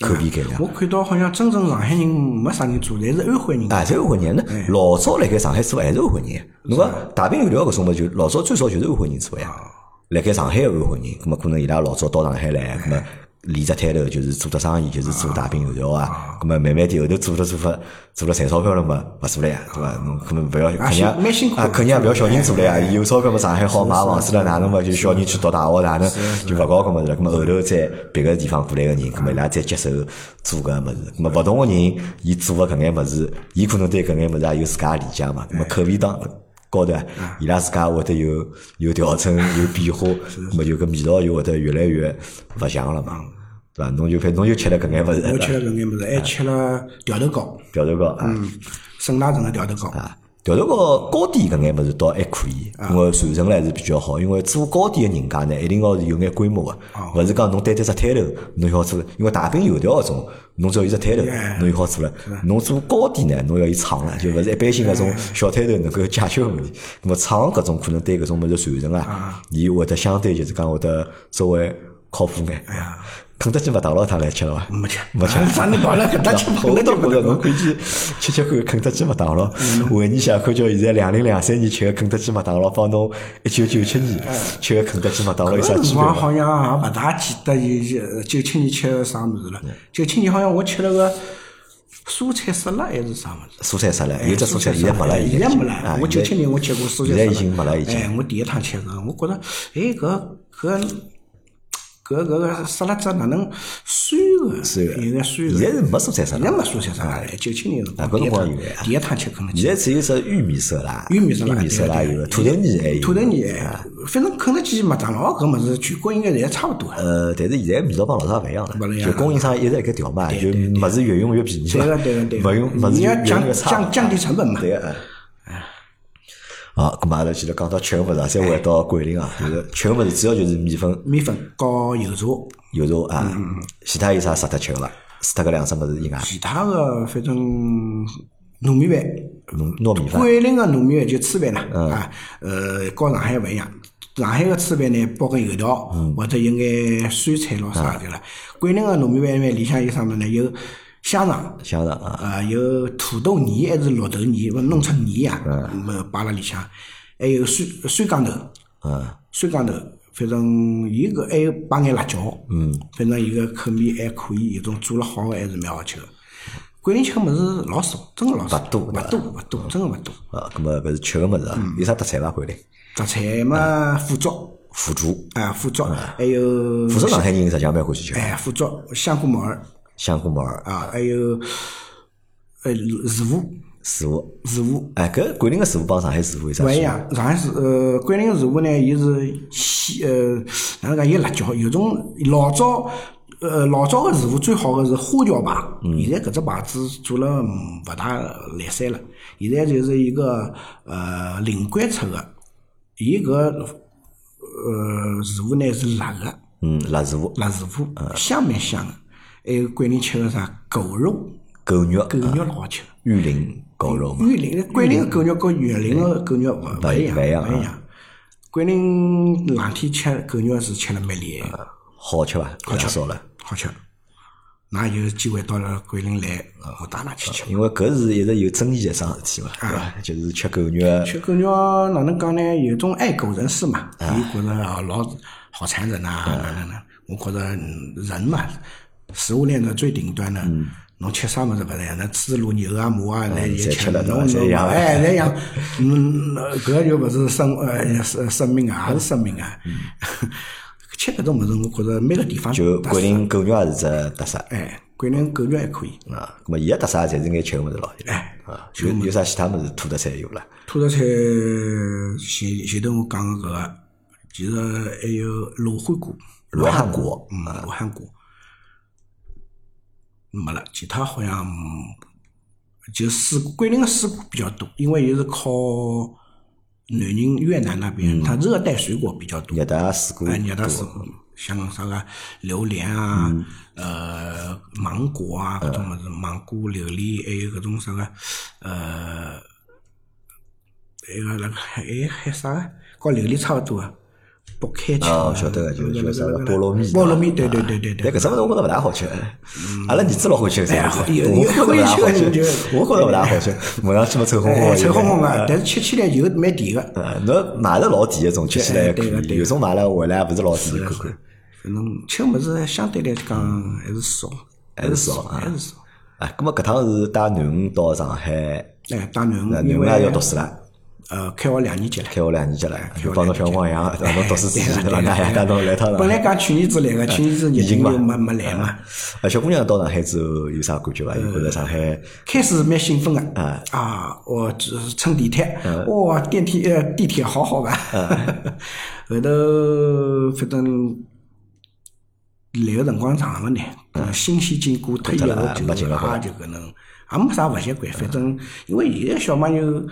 Speaker 1: 口味改良。
Speaker 2: 我看到好像真正上海人没啥人做，侪是安徽人。
Speaker 1: 啊，侪是安徽人。
Speaker 2: 嗯
Speaker 1: 那老早辣盖上海做还是安徽人。侬讲
Speaker 2: 啊
Speaker 1: 大饼油条搿种物事，就老早最早就是安徽人做呀。辣盖上海的安徽人，葛末可能伊拉老早到上海来，葛末立只摊头就是做得生意，就是做大饼油条啊。葛末慢慢点后头做了做了做了赚钞票了嘛，勿做了呀，对伐？侬可能勿要肯定
Speaker 2: 辛蛮辛苦
Speaker 1: 啊，肯定也勿要小人做了呀。有钞票嘛，上海好买房子了，哪能嘛？就小人去读大学，哪能就勿搞搿物事了？葛末后头再别个地方过来个人，葛末伊拉再接受做搿物事。葛末勿同个人，伊做个搿眼物事，伊可能对搿眼物事也有自家个理解嘛。葛末口味当高头啊，
Speaker 2: 嗯
Speaker 1: 伊拉自家会得有有调 整、有变化，葛末就搿味道就会得越来越勿像了嘛，对伐？侬就反侬就吃了搿眼物事，
Speaker 2: 嗯我
Speaker 1: 对伐
Speaker 2: 吃嗯了搿眼物事，还吃了调头糕，
Speaker 1: 调头糕啊。
Speaker 2: 沈大成的调头糕。
Speaker 1: 啊，调头高糕点搿眼物事倒还可以，因为传承了还是比较好。因为做糕点个人家呢，一定要是有眼规模个，勿是讲侬单单只摊头侬就好做。因为大饼油条搿种，侬只要有只摊头侬就好做了。侬做糕点呢，侬要有厂啊了，就勿是一般性搿种小摊头能够解决个问题。那么厂搿种可能对搿种物事传承啊，伊会得相对就是讲会得稍微靠谱眼。肯德基、麦当劳，他来吃了伐？
Speaker 2: 没吃
Speaker 1: 没吃。
Speaker 2: 啥人搞了搿搭吃
Speaker 1: 我
Speaker 2: 碰了
Speaker 1: 倒
Speaker 2: 就
Speaker 1: 觉着侬可以去吃吃看肯德基、麦当劳。
Speaker 2: 嗯
Speaker 1: 回忆一下，看叫现在两零两三年吃个肯德基、麦当劳，帮侬一九九七年
Speaker 2: 哎
Speaker 1: 吃个肯德基、麦当劳有啥区
Speaker 2: 搿辰
Speaker 1: 别
Speaker 2: 光
Speaker 1: 伐？
Speaker 2: 好像也勿大记得呃有九七年吃的啥物事了。九七年好像我吃了个蔬菜沙拉还是啥物事。
Speaker 1: 蔬菜沙
Speaker 2: 哎
Speaker 1: 拉，有只蔬菜现在没了，
Speaker 2: 现在没
Speaker 1: 啊
Speaker 2: 了。我九七年我吃过蔬菜
Speaker 1: 现
Speaker 2: 沙拉，
Speaker 1: 在已经没了，已经。
Speaker 2: 哎，我第一趟吃个，我觉着，哎，搿搿搿搿个沙拉汁哪能酸个？
Speaker 1: 酸的
Speaker 2: 有点酸个。
Speaker 1: 现在是没蔬菜沙
Speaker 2: 现
Speaker 1: 拉
Speaker 2: 在，没蔬菜沙拉了，九七年辰
Speaker 1: 啊搿辰光
Speaker 2: 光第一
Speaker 1: 有
Speaker 2: 趟第一趟吃肯德基
Speaker 1: 现。在只有只玉米沙拉，
Speaker 2: 玉米沙拉
Speaker 1: 玉米沙拉
Speaker 2: 对对
Speaker 1: 有，土豆泥还有，
Speaker 2: 土豆泥，哎反正肯德基、麦当劳搿物事，全国应该侪差勿 多啊。
Speaker 1: 呃，但是现在味道帮老早勿一样
Speaker 2: 不
Speaker 1: 了，
Speaker 2: 一样
Speaker 1: 就供应商一直辣盖调嘛，就物事越用越便宜
Speaker 2: 对
Speaker 1: 嘛
Speaker 2: 个，对个对个
Speaker 1: 勿用物事
Speaker 2: 你
Speaker 1: 越
Speaker 2: 要
Speaker 1: 用
Speaker 2: 降
Speaker 1: 越差嘛，
Speaker 2: 降降低成本嘛。
Speaker 1: 对个。哎好，咁嘛啊阿拉记得讲到吃个物事啊，再回到桂林啊，就是吃个物事主要就是米粉、
Speaker 2: 米粉搞油茶，
Speaker 1: 油肉啊，其他有啥值得吃个伐？除脱搿两只物事以外，
Speaker 2: 其他个反正糯米饭，
Speaker 1: 糯糯米饭嗯
Speaker 2: 桂林个糯米饭就炊饭啦，啊，呃，和上海勿一样。上海个炊饭呢，包个油条
Speaker 1: 嗯
Speaker 2: 或者有眼酸菜咯啥
Speaker 1: 啊
Speaker 2: 的啦。桂林个糯米饭里向有啥物事呢？有香肠，
Speaker 1: 香肠啊，
Speaker 2: 啊，有土豆泥还是绿豆泥，勿弄出泥呀，么摆辣里向，还有酸酸豇豆，
Speaker 1: 嗯，
Speaker 2: 酸豇豆，反正伊个还有摆眼辣椒，嗯，反正伊个口味还可以，有种做了好个还是蛮好吃个。桂林吃个物事老少，真个老少，
Speaker 1: 勿多
Speaker 2: 勿多勿多，真个勿多。
Speaker 1: 啊，咁么搿是吃个物事啊，有啥特产伐？桂林
Speaker 2: 杂菜嘛，腐竹，
Speaker 1: 腐竹，
Speaker 2: 啊，腐竹，还有
Speaker 1: 腐竹上海人实际上蛮欢喜吃，
Speaker 2: 哎，腐竹、香菇毛儿
Speaker 1: 香菇毛儿
Speaker 2: 哎啊，还有呃，豆腐，
Speaker 1: 师傅，
Speaker 2: 师傅。
Speaker 1: 哎，搿桂林个师傅帮上海师傅有啥
Speaker 2: 勿
Speaker 1: 区
Speaker 2: 一
Speaker 1: 别？
Speaker 2: 样，上海市呃，桂林师傅呢，伊是西呃，哪能讲？伊辣椒，有种老早呃老早个师傅最好个是花椒牌，现在搿只牌子做了嗯勿大来三了。现在就是一个呃零关出个，伊搿呃师傅呢是辣个
Speaker 1: 嗯，辣师傅，
Speaker 2: 辣师傅，香蛮香个。还有桂林吃个啥狗肉，
Speaker 1: 狗肉，
Speaker 2: 狗肉老好吃。
Speaker 1: 玉林狗肉嘛，
Speaker 2: 玉林桂林的狗肉跟玉林的狗肉勿
Speaker 1: 勿
Speaker 2: 勿
Speaker 1: 一
Speaker 2: 一
Speaker 1: 样
Speaker 2: 样，
Speaker 1: 勿
Speaker 2: 勿
Speaker 1: 一样啊
Speaker 2: 一样。桂林冷天吃狗肉是吃了蛮厉害的，
Speaker 1: 好吃伐？嗯好吃烧啊了。
Speaker 2: 好吃。㑚有机会到了桂林来，我带㑚去吃。
Speaker 1: 因为搿是一直有争议的一桩事体嘛，对伐？就是吃狗肉啊，
Speaker 2: 吃狗肉哪能讲呢？有种爱狗人士嘛，伊觉着啊老好残忍
Speaker 1: 啊
Speaker 2: 呐，哪能呢？我觉着嗯人嘛，食物链的最顶端呢，侬吃啥物事勿来？那猪、鹿、牛啊、马啊，那也
Speaker 1: 嗯侪吃
Speaker 2: 吃
Speaker 1: 了对伐
Speaker 2: 侬
Speaker 1: 侪
Speaker 2: 侬
Speaker 1: 养
Speaker 2: 哎，那 样，嗯，那搿就勿是生呃生生命啊，也是生命啊。 吃搿种物事，我觉着每个地方
Speaker 1: 嗯就
Speaker 2: 特
Speaker 1: 桂
Speaker 2: 色，
Speaker 1: 林狗肉也是只特色
Speaker 2: 哎，桂林狗肉还可以，
Speaker 1: 啊。咁么伊个特色也侪是眼吃个物事咯，对伐
Speaker 2: 哎
Speaker 1: 啊，有有啥其他物事土特产有啦？
Speaker 2: 土特产前前头我讲个搿个，其实还有罗汉果，
Speaker 1: 罗汉果
Speaker 2: 嗯，罗汉果没了，其他好像嗯就水果，桂林的水果比较多，因为伊是靠南宁、越南那边，它热带水果比较多
Speaker 1: 热，带水果
Speaker 2: 哎，热带水果，像啥个榴莲啊，呃，芒果啊，搿种物事，芒果、榴莲，还有搿种啥个，呃，还有那个还还啥个，和榴莲差勿多啊，剥开吃
Speaker 1: 啊
Speaker 2: 啊。
Speaker 1: 我晓得个就
Speaker 2: 那
Speaker 1: 就啥个
Speaker 2: 那
Speaker 1: 菠萝蜜
Speaker 2: 菠萝
Speaker 1: 啊
Speaker 2: 蜜，对对对对
Speaker 1: 但
Speaker 2: 对
Speaker 1: 搿。只物事我觉着勿大好吃，阿拉儿子老欢喜搿只
Speaker 2: 嗯哎
Speaker 1: 物
Speaker 2: 好
Speaker 1: 事，
Speaker 2: 有
Speaker 1: 我
Speaker 2: 有
Speaker 1: 觉着勿大好
Speaker 2: 欢喜就
Speaker 1: 吃，我觉着勿大好吃，闻上去嘛臭烘烘
Speaker 2: 哎，
Speaker 1: 的，
Speaker 2: 臭烘烘个，
Speaker 1: 有眼。
Speaker 2: 但是吃起来油蛮甜个。
Speaker 1: 呃，侬买了老甜一种，吃起来也可
Speaker 2: 对对
Speaker 1: 以；
Speaker 2: 对
Speaker 1: 有种买了回来也勿是老甜，看看。
Speaker 2: 反正吃物事相对来讲还是少，
Speaker 1: 还是少啊
Speaker 2: 还是少。
Speaker 1: 啊，咁么搿趟是带囡恩到上海，
Speaker 2: 哎，当然
Speaker 1: 那，囡
Speaker 2: 因
Speaker 1: 恩
Speaker 2: 为
Speaker 1: 也要读书了。
Speaker 2: 呃，开学两年级了。
Speaker 1: 开学两年级了，就帮侬小辰光一 样，让侬读书之前对伐？啊 那也带侬来趟
Speaker 2: 啊
Speaker 1: 上
Speaker 2: 本来
Speaker 1: 海。
Speaker 2: 讲去年子来 个，去年子疫
Speaker 1: 疫情
Speaker 2: 情
Speaker 1: 嘛
Speaker 2: 就没没来嘛。嗯
Speaker 1: 啊，小姑娘到上海之后有啥感觉伐？有觉着上海
Speaker 2: 开始蛮兴奋的，啊，我只是乘地铁，
Speaker 1: 啊
Speaker 2: 哇，电梯呃地铁好好玩。 后头反正来个辰光长了呢，搿新鲜劲过脱以后
Speaker 1: 过脱了啊啊没
Speaker 2: 就
Speaker 1: 劲了好吧
Speaker 2: 也就搿能，也没啥勿习惯。反正因为现在小朋友。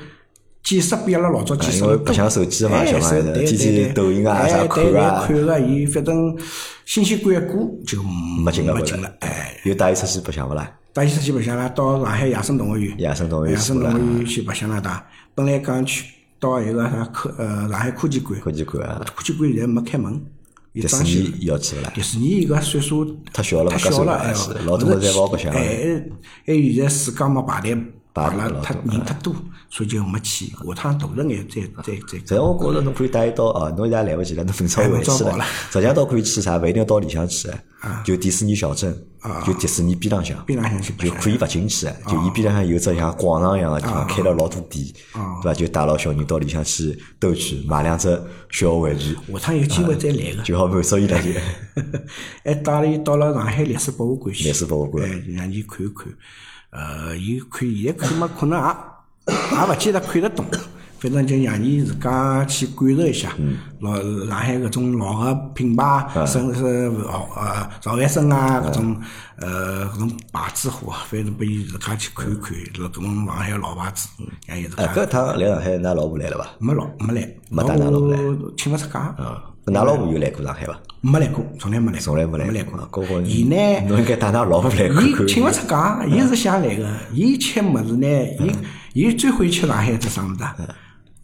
Speaker 2: 见识比阿拉老早见识
Speaker 1: 啊因为
Speaker 2: 了
Speaker 1: 不
Speaker 2: 多
Speaker 1: 像手机嘛
Speaker 2: 哎
Speaker 1: 小朋友
Speaker 2: 手对
Speaker 1: 天
Speaker 2: 对
Speaker 1: 天
Speaker 2: 对
Speaker 1: 抖音啊
Speaker 2: 哎
Speaker 1: 啥
Speaker 2: 对
Speaker 1: 看
Speaker 2: 对
Speaker 1: 啊
Speaker 2: 看个伊反正新鲜感一过就没
Speaker 1: 没劲了，
Speaker 2: 没
Speaker 1: 觉
Speaker 2: 劲
Speaker 1: 着
Speaker 2: 了，哎，，
Speaker 1: 有带伊出去白相勿啦？
Speaker 2: 带伊出去白相啦，到上海野生动物园，
Speaker 1: 野生动物园
Speaker 2: 野生
Speaker 1: 是吧
Speaker 2: 动物园去白相啦哒。本来讲去到一个啥科呃上海科技馆，
Speaker 1: 科
Speaker 2: 科
Speaker 1: 技馆啊，
Speaker 2: 技馆现在没开门，伊
Speaker 1: 迪士
Speaker 2: 装修
Speaker 1: 尼要去勿啦？
Speaker 2: 迪士尼伊个岁数
Speaker 1: 太小了
Speaker 2: 太
Speaker 1: 勿敢
Speaker 2: 小了，
Speaker 1: 坐
Speaker 2: 哎
Speaker 1: 是
Speaker 2: 呦，
Speaker 1: 老多
Speaker 2: 勿是
Speaker 1: 侪勿好白相
Speaker 2: 哎，还有现在世界嘛排队
Speaker 1: 排
Speaker 2: 排
Speaker 1: 队老
Speaker 2: 了太
Speaker 1: 多哎
Speaker 2: 人太多，所以就没去。下趟大了眼再再再
Speaker 1: 实际上，我觉着侬可以带伊到啊，侬现在来勿及了，侬明朝
Speaker 2: 哎
Speaker 1: 回
Speaker 2: 明朝
Speaker 1: 去了
Speaker 2: 跑了。啊
Speaker 1: 实际上倒可以去啥，勿一定要到里向去，就迪士尼小镇，就迪士尼边浪向，
Speaker 2: 边浪向啊去白
Speaker 1: 就
Speaker 2: 相。
Speaker 1: 可以勿进去，就伊边浪向有只像广场一样的地
Speaker 2: 啊
Speaker 1: 方，开了老多店，对伐？就带牢小人到里向去兜圈，买两只小玩具，
Speaker 2: 下趟有
Speaker 1: 哎
Speaker 2: 机会再来个。
Speaker 1: 就好满足伊拉 就。
Speaker 2: 还带了伊到了上海历史博物馆去，
Speaker 1: 历史博物馆
Speaker 2: 哎，让伊看一看。呃，伊看现在看嘛，可能也也勿见得看得懂，反正就让伊自家去感受一下。老上海搿种老个品牌，甚至是哦呃赵万生啊搿种呃搿种牌子货啊，反正拨伊自家去看一看，搿种上海老牌子，让伊自
Speaker 1: 哎，
Speaker 2: 家
Speaker 1: 搿趟来上海，㑚老婆来了伐？
Speaker 2: 没老没来，
Speaker 1: 没带㑚老婆来
Speaker 2: 我请勿出假。
Speaker 1: 啊，㑚老婆有来过上海伐？
Speaker 2: 没来过，从来没来过，
Speaker 1: 从来没来
Speaker 2: 过
Speaker 1: 啊高高。
Speaker 2: 伊呢，
Speaker 1: 侬应该带㑚老婆 来看
Speaker 2: 伊
Speaker 1: 看。
Speaker 2: 请勿出假，伊是想来个。伊吃物事呢，伊
Speaker 1: 嗯
Speaker 2: 伊最欢喜吃上海只啥物事啊？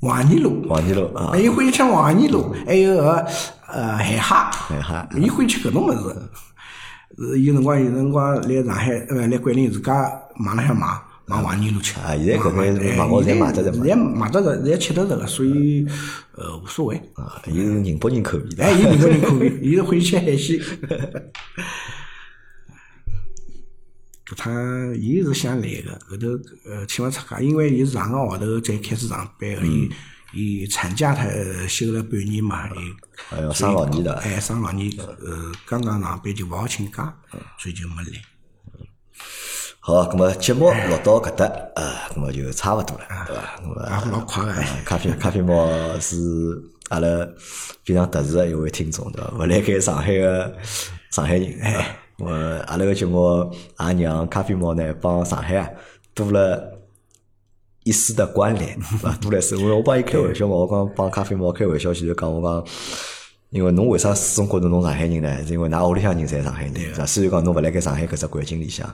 Speaker 2: 黄泥路，
Speaker 1: 黄泥路啊，嗯
Speaker 2: 伊欢喜吃黄泥路，还有个呃海虾，
Speaker 1: 海虾嗯
Speaker 2: 伊欢喜吃搿种物事。呃有辰光有辰光来上海，呃来桂林自家网浪向买买黄泥路吃。
Speaker 1: 啊现在搿眼
Speaker 2: 哎
Speaker 1: 网高头侪
Speaker 2: 现在
Speaker 1: 买得着嘛
Speaker 2: 现在买得着，现在吃得着个，所以呃无所谓。
Speaker 1: 啊，伊是宁波人口味的。
Speaker 2: 哎，伊宁波人可以，伊是欢喜吃海 鲜。搿趟伊是想来个，后头呃请勿出假，因为伊是上个号头才开始上班个，
Speaker 1: 嗯
Speaker 2: 伊伊产假他呃休了半年嘛，伊
Speaker 1: 哎呦，生老年的，
Speaker 2: 哎上老
Speaker 1: 嗯
Speaker 2: 年呃刚刚上班就勿好请假，所以就没来。
Speaker 1: 好，咁么节目录到搿搭，啊，咁么就差勿多了，对伐？咁
Speaker 2: 啊
Speaker 1: 么
Speaker 2: 老快哎
Speaker 1: 啊咖啡咖啡猫是阿拉非常特殊的一位听众，对伐？勿来盖上海个上海人，哎，我阿拉个节目也让咖啡猫呢帮上海啊多了。一丝的关联，对伐？多了一丝，因为我帮伊开玩笑嘛，我刚帮咖啡猫开玩笑，前头讲我讲，因为侬为啥始终觉得侬上海人呢？是因为㑚屋里向人侪上海人，对伐？虽然讲侬勿辣盖上海搿只环境里向，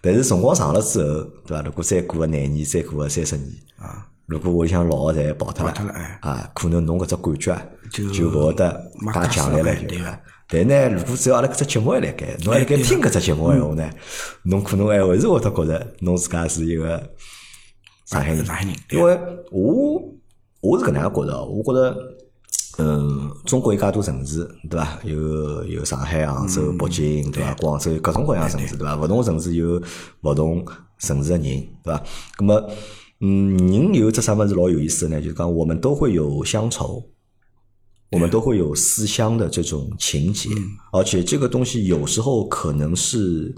Speaker 1: 但是辰光长了之后，对伐？如果再过个廿年，再过个三十年，
Speaker 2: 啊，
Speaker 1: 如果屋里向老个侪跑脱
Speaker 2: 跑脱了哎
Speaker 1: 了，啊，可能侬搿只感觉啊
Speaker 2: 就
Speaker 1: 就勿会得
Speaker 2: 没
Speaker 1: 介
Speaker 2: 介
Speaker 1: 强烈了，
Speaker 2: 深刻
Speaker 1: 就
Speaker 2: 对
Speaker 1: 是。但呢，如果只要阿拉搿只节目还辣盖，侬还辣盖听搿只节目闲话呢，侬可能还会是会得觉着侬自家是一个上海人
Speaker 2: 上。海人，
Speaker 1: 哎
Speaker 2: 哎
Speaker 1: 因为我我是搿能样觉着，我觉着，嗯，中国有介多城市，对伐？有有上海、杭州、北京，嗯对伐？广州，各种各样的城市，对伐？勿同的城市有勿同城市的人，对伐？咁么，嗯，人有只啥物事老有意思的呢？就是讲我们都会有乡愁。我们都会有思乡的这种情节，
Speaker 2: 嗯
Speaker 1: 而且这个东西有时候可能是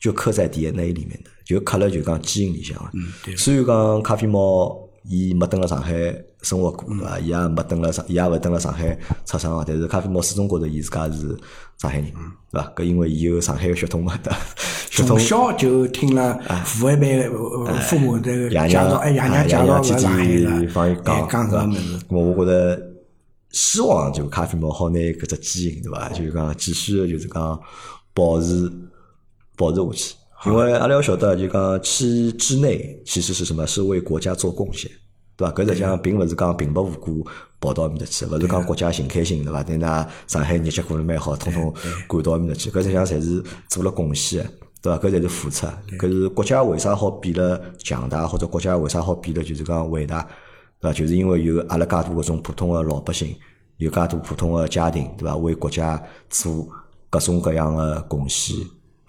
Speaker 1: 就刻在 DNA 里面的，就刻了就讲基因里向啊。
Speaker 2: 嗯，对，
Speaker 1: 虽然讲咖啡猫伊没登了上海生活过，
Speaker 2: 嗯
Speaker 1: 对伐？伊也没登了上，伊也勿登了上海出生，啊但是咖啡猫始终觉着伊自家是上海人，
Speaker 2: 嗯
Speaker 1: 对伐？搿因为伊有上海个血统嘛，对伐？血统
Speaker 2: 从小就听了父一辈、呃父母这个
Speaker 1: 嗯哎爷
Speaker 2: 介绍，
Speaker 1: 娘
Speaker 2: 哎，爷
Speaker 1: 啊
Speaker 2: 娘
Speaker 1: 爷
Speaker 2: 介绍
Speaker 1: 娘
Speaker 2: 搿上海
Speaker 1: 姐姐帮伊
Speaker 2: 个，
Speaker 1: 讲
Speaker 2: 哎，讲
Speaker 1: 对伐
Speaker 2: 搿物事，
Speaker 1: 咁我觉得希望就咖啡猫好拿搿只基因对伐？就是讲继续的就是讲保持保持下去。因为阿拉要晓得，就讲期之内其实是什么？是为国家做贡献，对伐？搿实际上并勿是讲平白无故跑到埃面搭去，勿是讲国家寻开心，对伐？对㑚上海日脚过得蛮好，统统赶到埃面搭去，搿实际上侪是做了贡献的，对伐？搿才是付出，搿是国家为啥好变了强大，或者国家为啥好变了就是讲伟大，对伐？就是因为有阿拉介多搿种普通的老百姓，有介多普通的家庭，对伐？为国家做各种各样的贡献、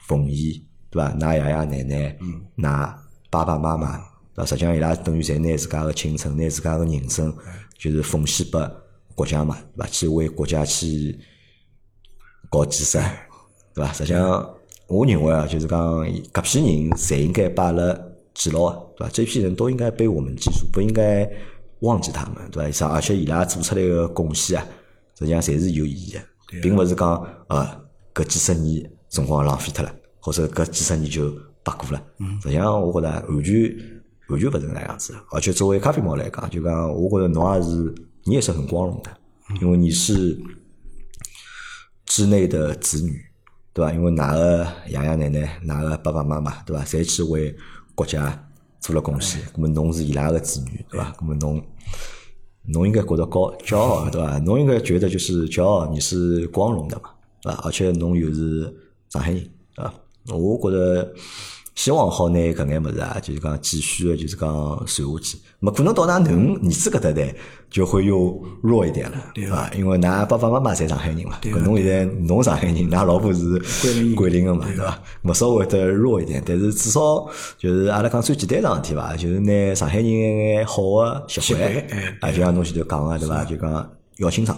Speaker 1: 奉献，对伐？㑚爷爷奶奶，㑚爸爸妈妈，对伐？实际上伊拉等于侪拿自家个青春、拿自家个人生，就是奉献拨国家嘛，对伐？去为国家去搞建设，对伐？实际上，我认为啊，就是讲搿批人侪应该被阿拉记牢的，对伐？这批人都应该被我们记住，不应该忘记他们，对伐？啥？而且伊拉做出来个贡献啊，实际上侪是有意义的，并勿是讲呃搿几十年辰光浪费脱了，或者搿几十年就白过了。实际上，我觉得完全完全勿是搿能样子的。而且作为咖啡猫来讲，就讲我觉得侬也是，你也是很光荣的，因为你是。之内的子女，对伐？因为哪个爷爷奶奶、哪个爸爸妈妈，对伐？侪去为国家做了贡献。那么侬是伊拉个子女，对伐？那么侬，侬应该觉得高骄傲，对伐？侬应该觉得就是骄傲，你是光荣的嘛，对伐？而且侬又是上海人，对伐？我觉得希望好拿搿眼物事啊，就是讲继续的，就是讲传下去。没可能到㑚囡儿子搿搭代就会又弱一点了，对啊伐？因为㑚爸爸妈妈侪上海人嘛，搿侬现在侬上海人，㑚老婆是桂林个嘛，对啊伐？没稍微得弱一点，但是至少就是阿拉讲最简单桩事体伐，就是拿上海人一眼好个习惯
Speaker 2: 习惯哎，
Speaker 1: 啊，就像侬前头讲个对伐？就讲要清爽。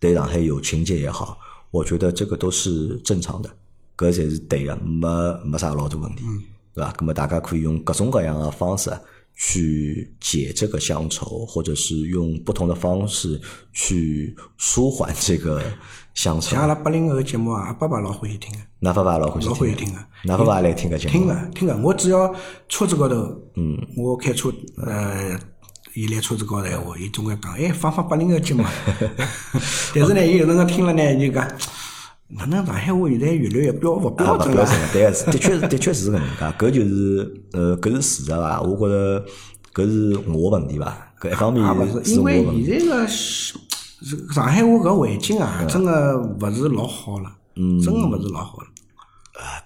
Speaker 1: 对上海有情结也好，我觉得这个都是正常的，搿才是对的，没没啥老大问题，
Speaker 2: 嗯
Speaker 1: 对伐？那么大家可以用各种各样的方式去解这个乡愁，或者是用不同的方式去舒缓这个乡愁
Speaker 2: 像。阿拉八零后个节目啊，阿爸爸老欢喜听个，
Speaker 1: 哪爸爸老欢喜
Speaker 2: 老欢喜
Speaker 1: 听
Speaker 2: 听
Speaker 1: 的
Speaker 2: 的，
Speaker 1: 哪爸爸来听个节目？
Speaker 2: 听个听个，啊我只要车子高头，嗯，我开车，呃，伊来车子高头闲话，伊总归讲，哎，放放八零后节 目。但是呢，伊有辰光听了呢，伊就讲，哪能上海话现在越来越标勿
Speaker 1: 啊，
Speaker 2: 标
Speaker 1: 不
Speaker 2: 准
Speaker 1: 标
Speaker 2: 了
Speaker 1: 准？的，对，的确是的确是搿能介，搿就是呃，搿是事实伐？我觉着搿是我问题伐？搿一方面
Speaker 2: 也勿
Speaker 1: 是
Speaker 2: 啊是，因
Speaker 1: 我问
Speaker 2: 为
Speaker 1: 题。
Speaker 2: 现在个是嗯上海话搿环境啊，真个勿是老好了，真个勿是老好了。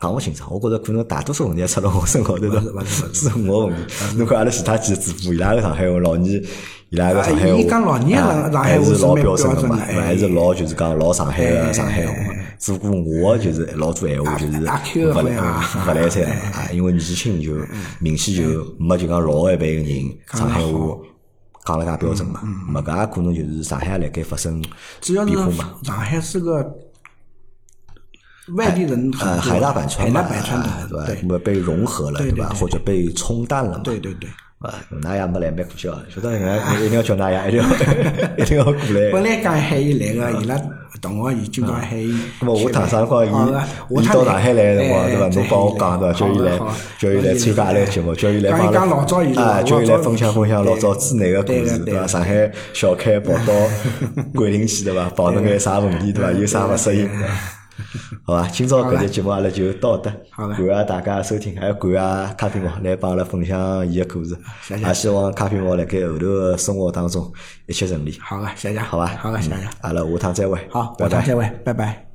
Speaker 1: 讲勿清爽，我觉着可能大多数问题出了我身高 头
Speaker 2: 是勿
Speaker 1: 的，
Speaker 2: 是勿
Speaker 1: 是我问题。侬看阿拉其他几个主播，伊拉个上海话，老二伊拉个上海话，
Speaker 2: 伊讲老二
Speaker 1: 啊
Speaker 2: 上上海
Speaker 1: 还
Speaker 2: 话
Speaker 1: 是
Speaker 2: 是
Speaker 1: 老
Speaker 2: 蛮
Speaker 1: 标准
Speaker 2: 标
Speaker 1: 的
Speaker 2: 准
Speaker 1: 嘛，
Speaker 2: 的
Speaker 1: 还
Speaker 2: 哎
Speaker 1: 是老就是讲老上海个上海话。只不过我就是老多闲话就是
Speaker 2: 阿阿啊 Q
Speaker 1: 勿来
Speaker 2: 会啊
Speaker 1: 勿来三啊，因为年纪轻
Speaker 2: 嗯
Speaker 1: 就明显就没就讲老一辈个人上海话讲了介标准嘛，没搿也可能就是上海也辣盖发生
Speaker 2: 主要是
Speaker 1: 变化嘛。
Speaker 2: 上海是个外地人很
Speaker 1: 呃，
Speaker 2: 多
Speaker 1: 海纳百川
Speaker 2: 海
Speaker 1: 嘛，
Speaker 2: 纳百川
Speaker 1: 啊
Speaker 2: 的，
Speaker 1: 对吧？
Speaker 2: 对
Speaker 1: 那么被融合了，
Speaker 2: 对
Speaker 1: 对
Speaker 2: 对
Speaker 1: 吧？或者被冲淡了嘛，
Speaker 2: 对对对。
Speaker 1: 啊，那也没来，蛮可惜啊！晓得人家一定要叫那爷，一定要 一定要过
Speaker 2: 本
Speaker 1: 来。
Speaker 2: 来讲海伊来个，伊拉同学已经讲海伊。
Speaker 1: 那么嗯我唐三光伊
Speaker 2: 好的我
Speaker 1: 伊
Speaker 2: 趟
Speaker 1: 到上海来的辰光，
Speaker 2: 哎
Speaker 1: 对吧？
Speaker 2: 哎
Speaker 1: 侬帮我讲对吧？叫伊来
Speaker 2: 好的好的，
Speaker 1: 叫伊来参加阿拉节目，叫伊来帮
Speaker 2: 哎讲一讲
Speaker 1: 阿
Speaker 2: 老早伊
Speaker 1: 拉
Speaker 2: 拉
Speaker 1: 啊，叫伊来
Speaker 2: 老早
Speaker 1: 分享分享
Speaker 2: 对
Speaker 1: 老早之内的故
Speaker 2: 对的
Speaker 1: 事，
Speaker 2: 对
Speaker 1: 对吧？
Speaker 2: 的
Speaker 1: 上海小开跑到 桂林去，对吧？碰到眼啥问题，对吧？有啥勿适应？对吧 好吧，今朝搿节节目阿拉就到这，
Speaker 2: 好
Speaker 1: 感
Speaker 2: 的
Speaker 1: 谢大家收听，还有感谢咖啡猫来帮阿拉分享伊个故事，
Speaker 2: 谢谢
Speaker 1: 也希望咖啡猫辣盖后头个生活当中一切顺利。
Speaker 2: 好的，谢谢，
Speaker 1: 好吧，
Speaker 2: 好的，谢谢，
Speaker 1: 嗯，阿拉下趟再会，
Speaker 2: 好，
Speaker 1: 拜
Speaker 2: 我
Speaker 1: 拜
Speaker 2: 趟。再会，拜拜。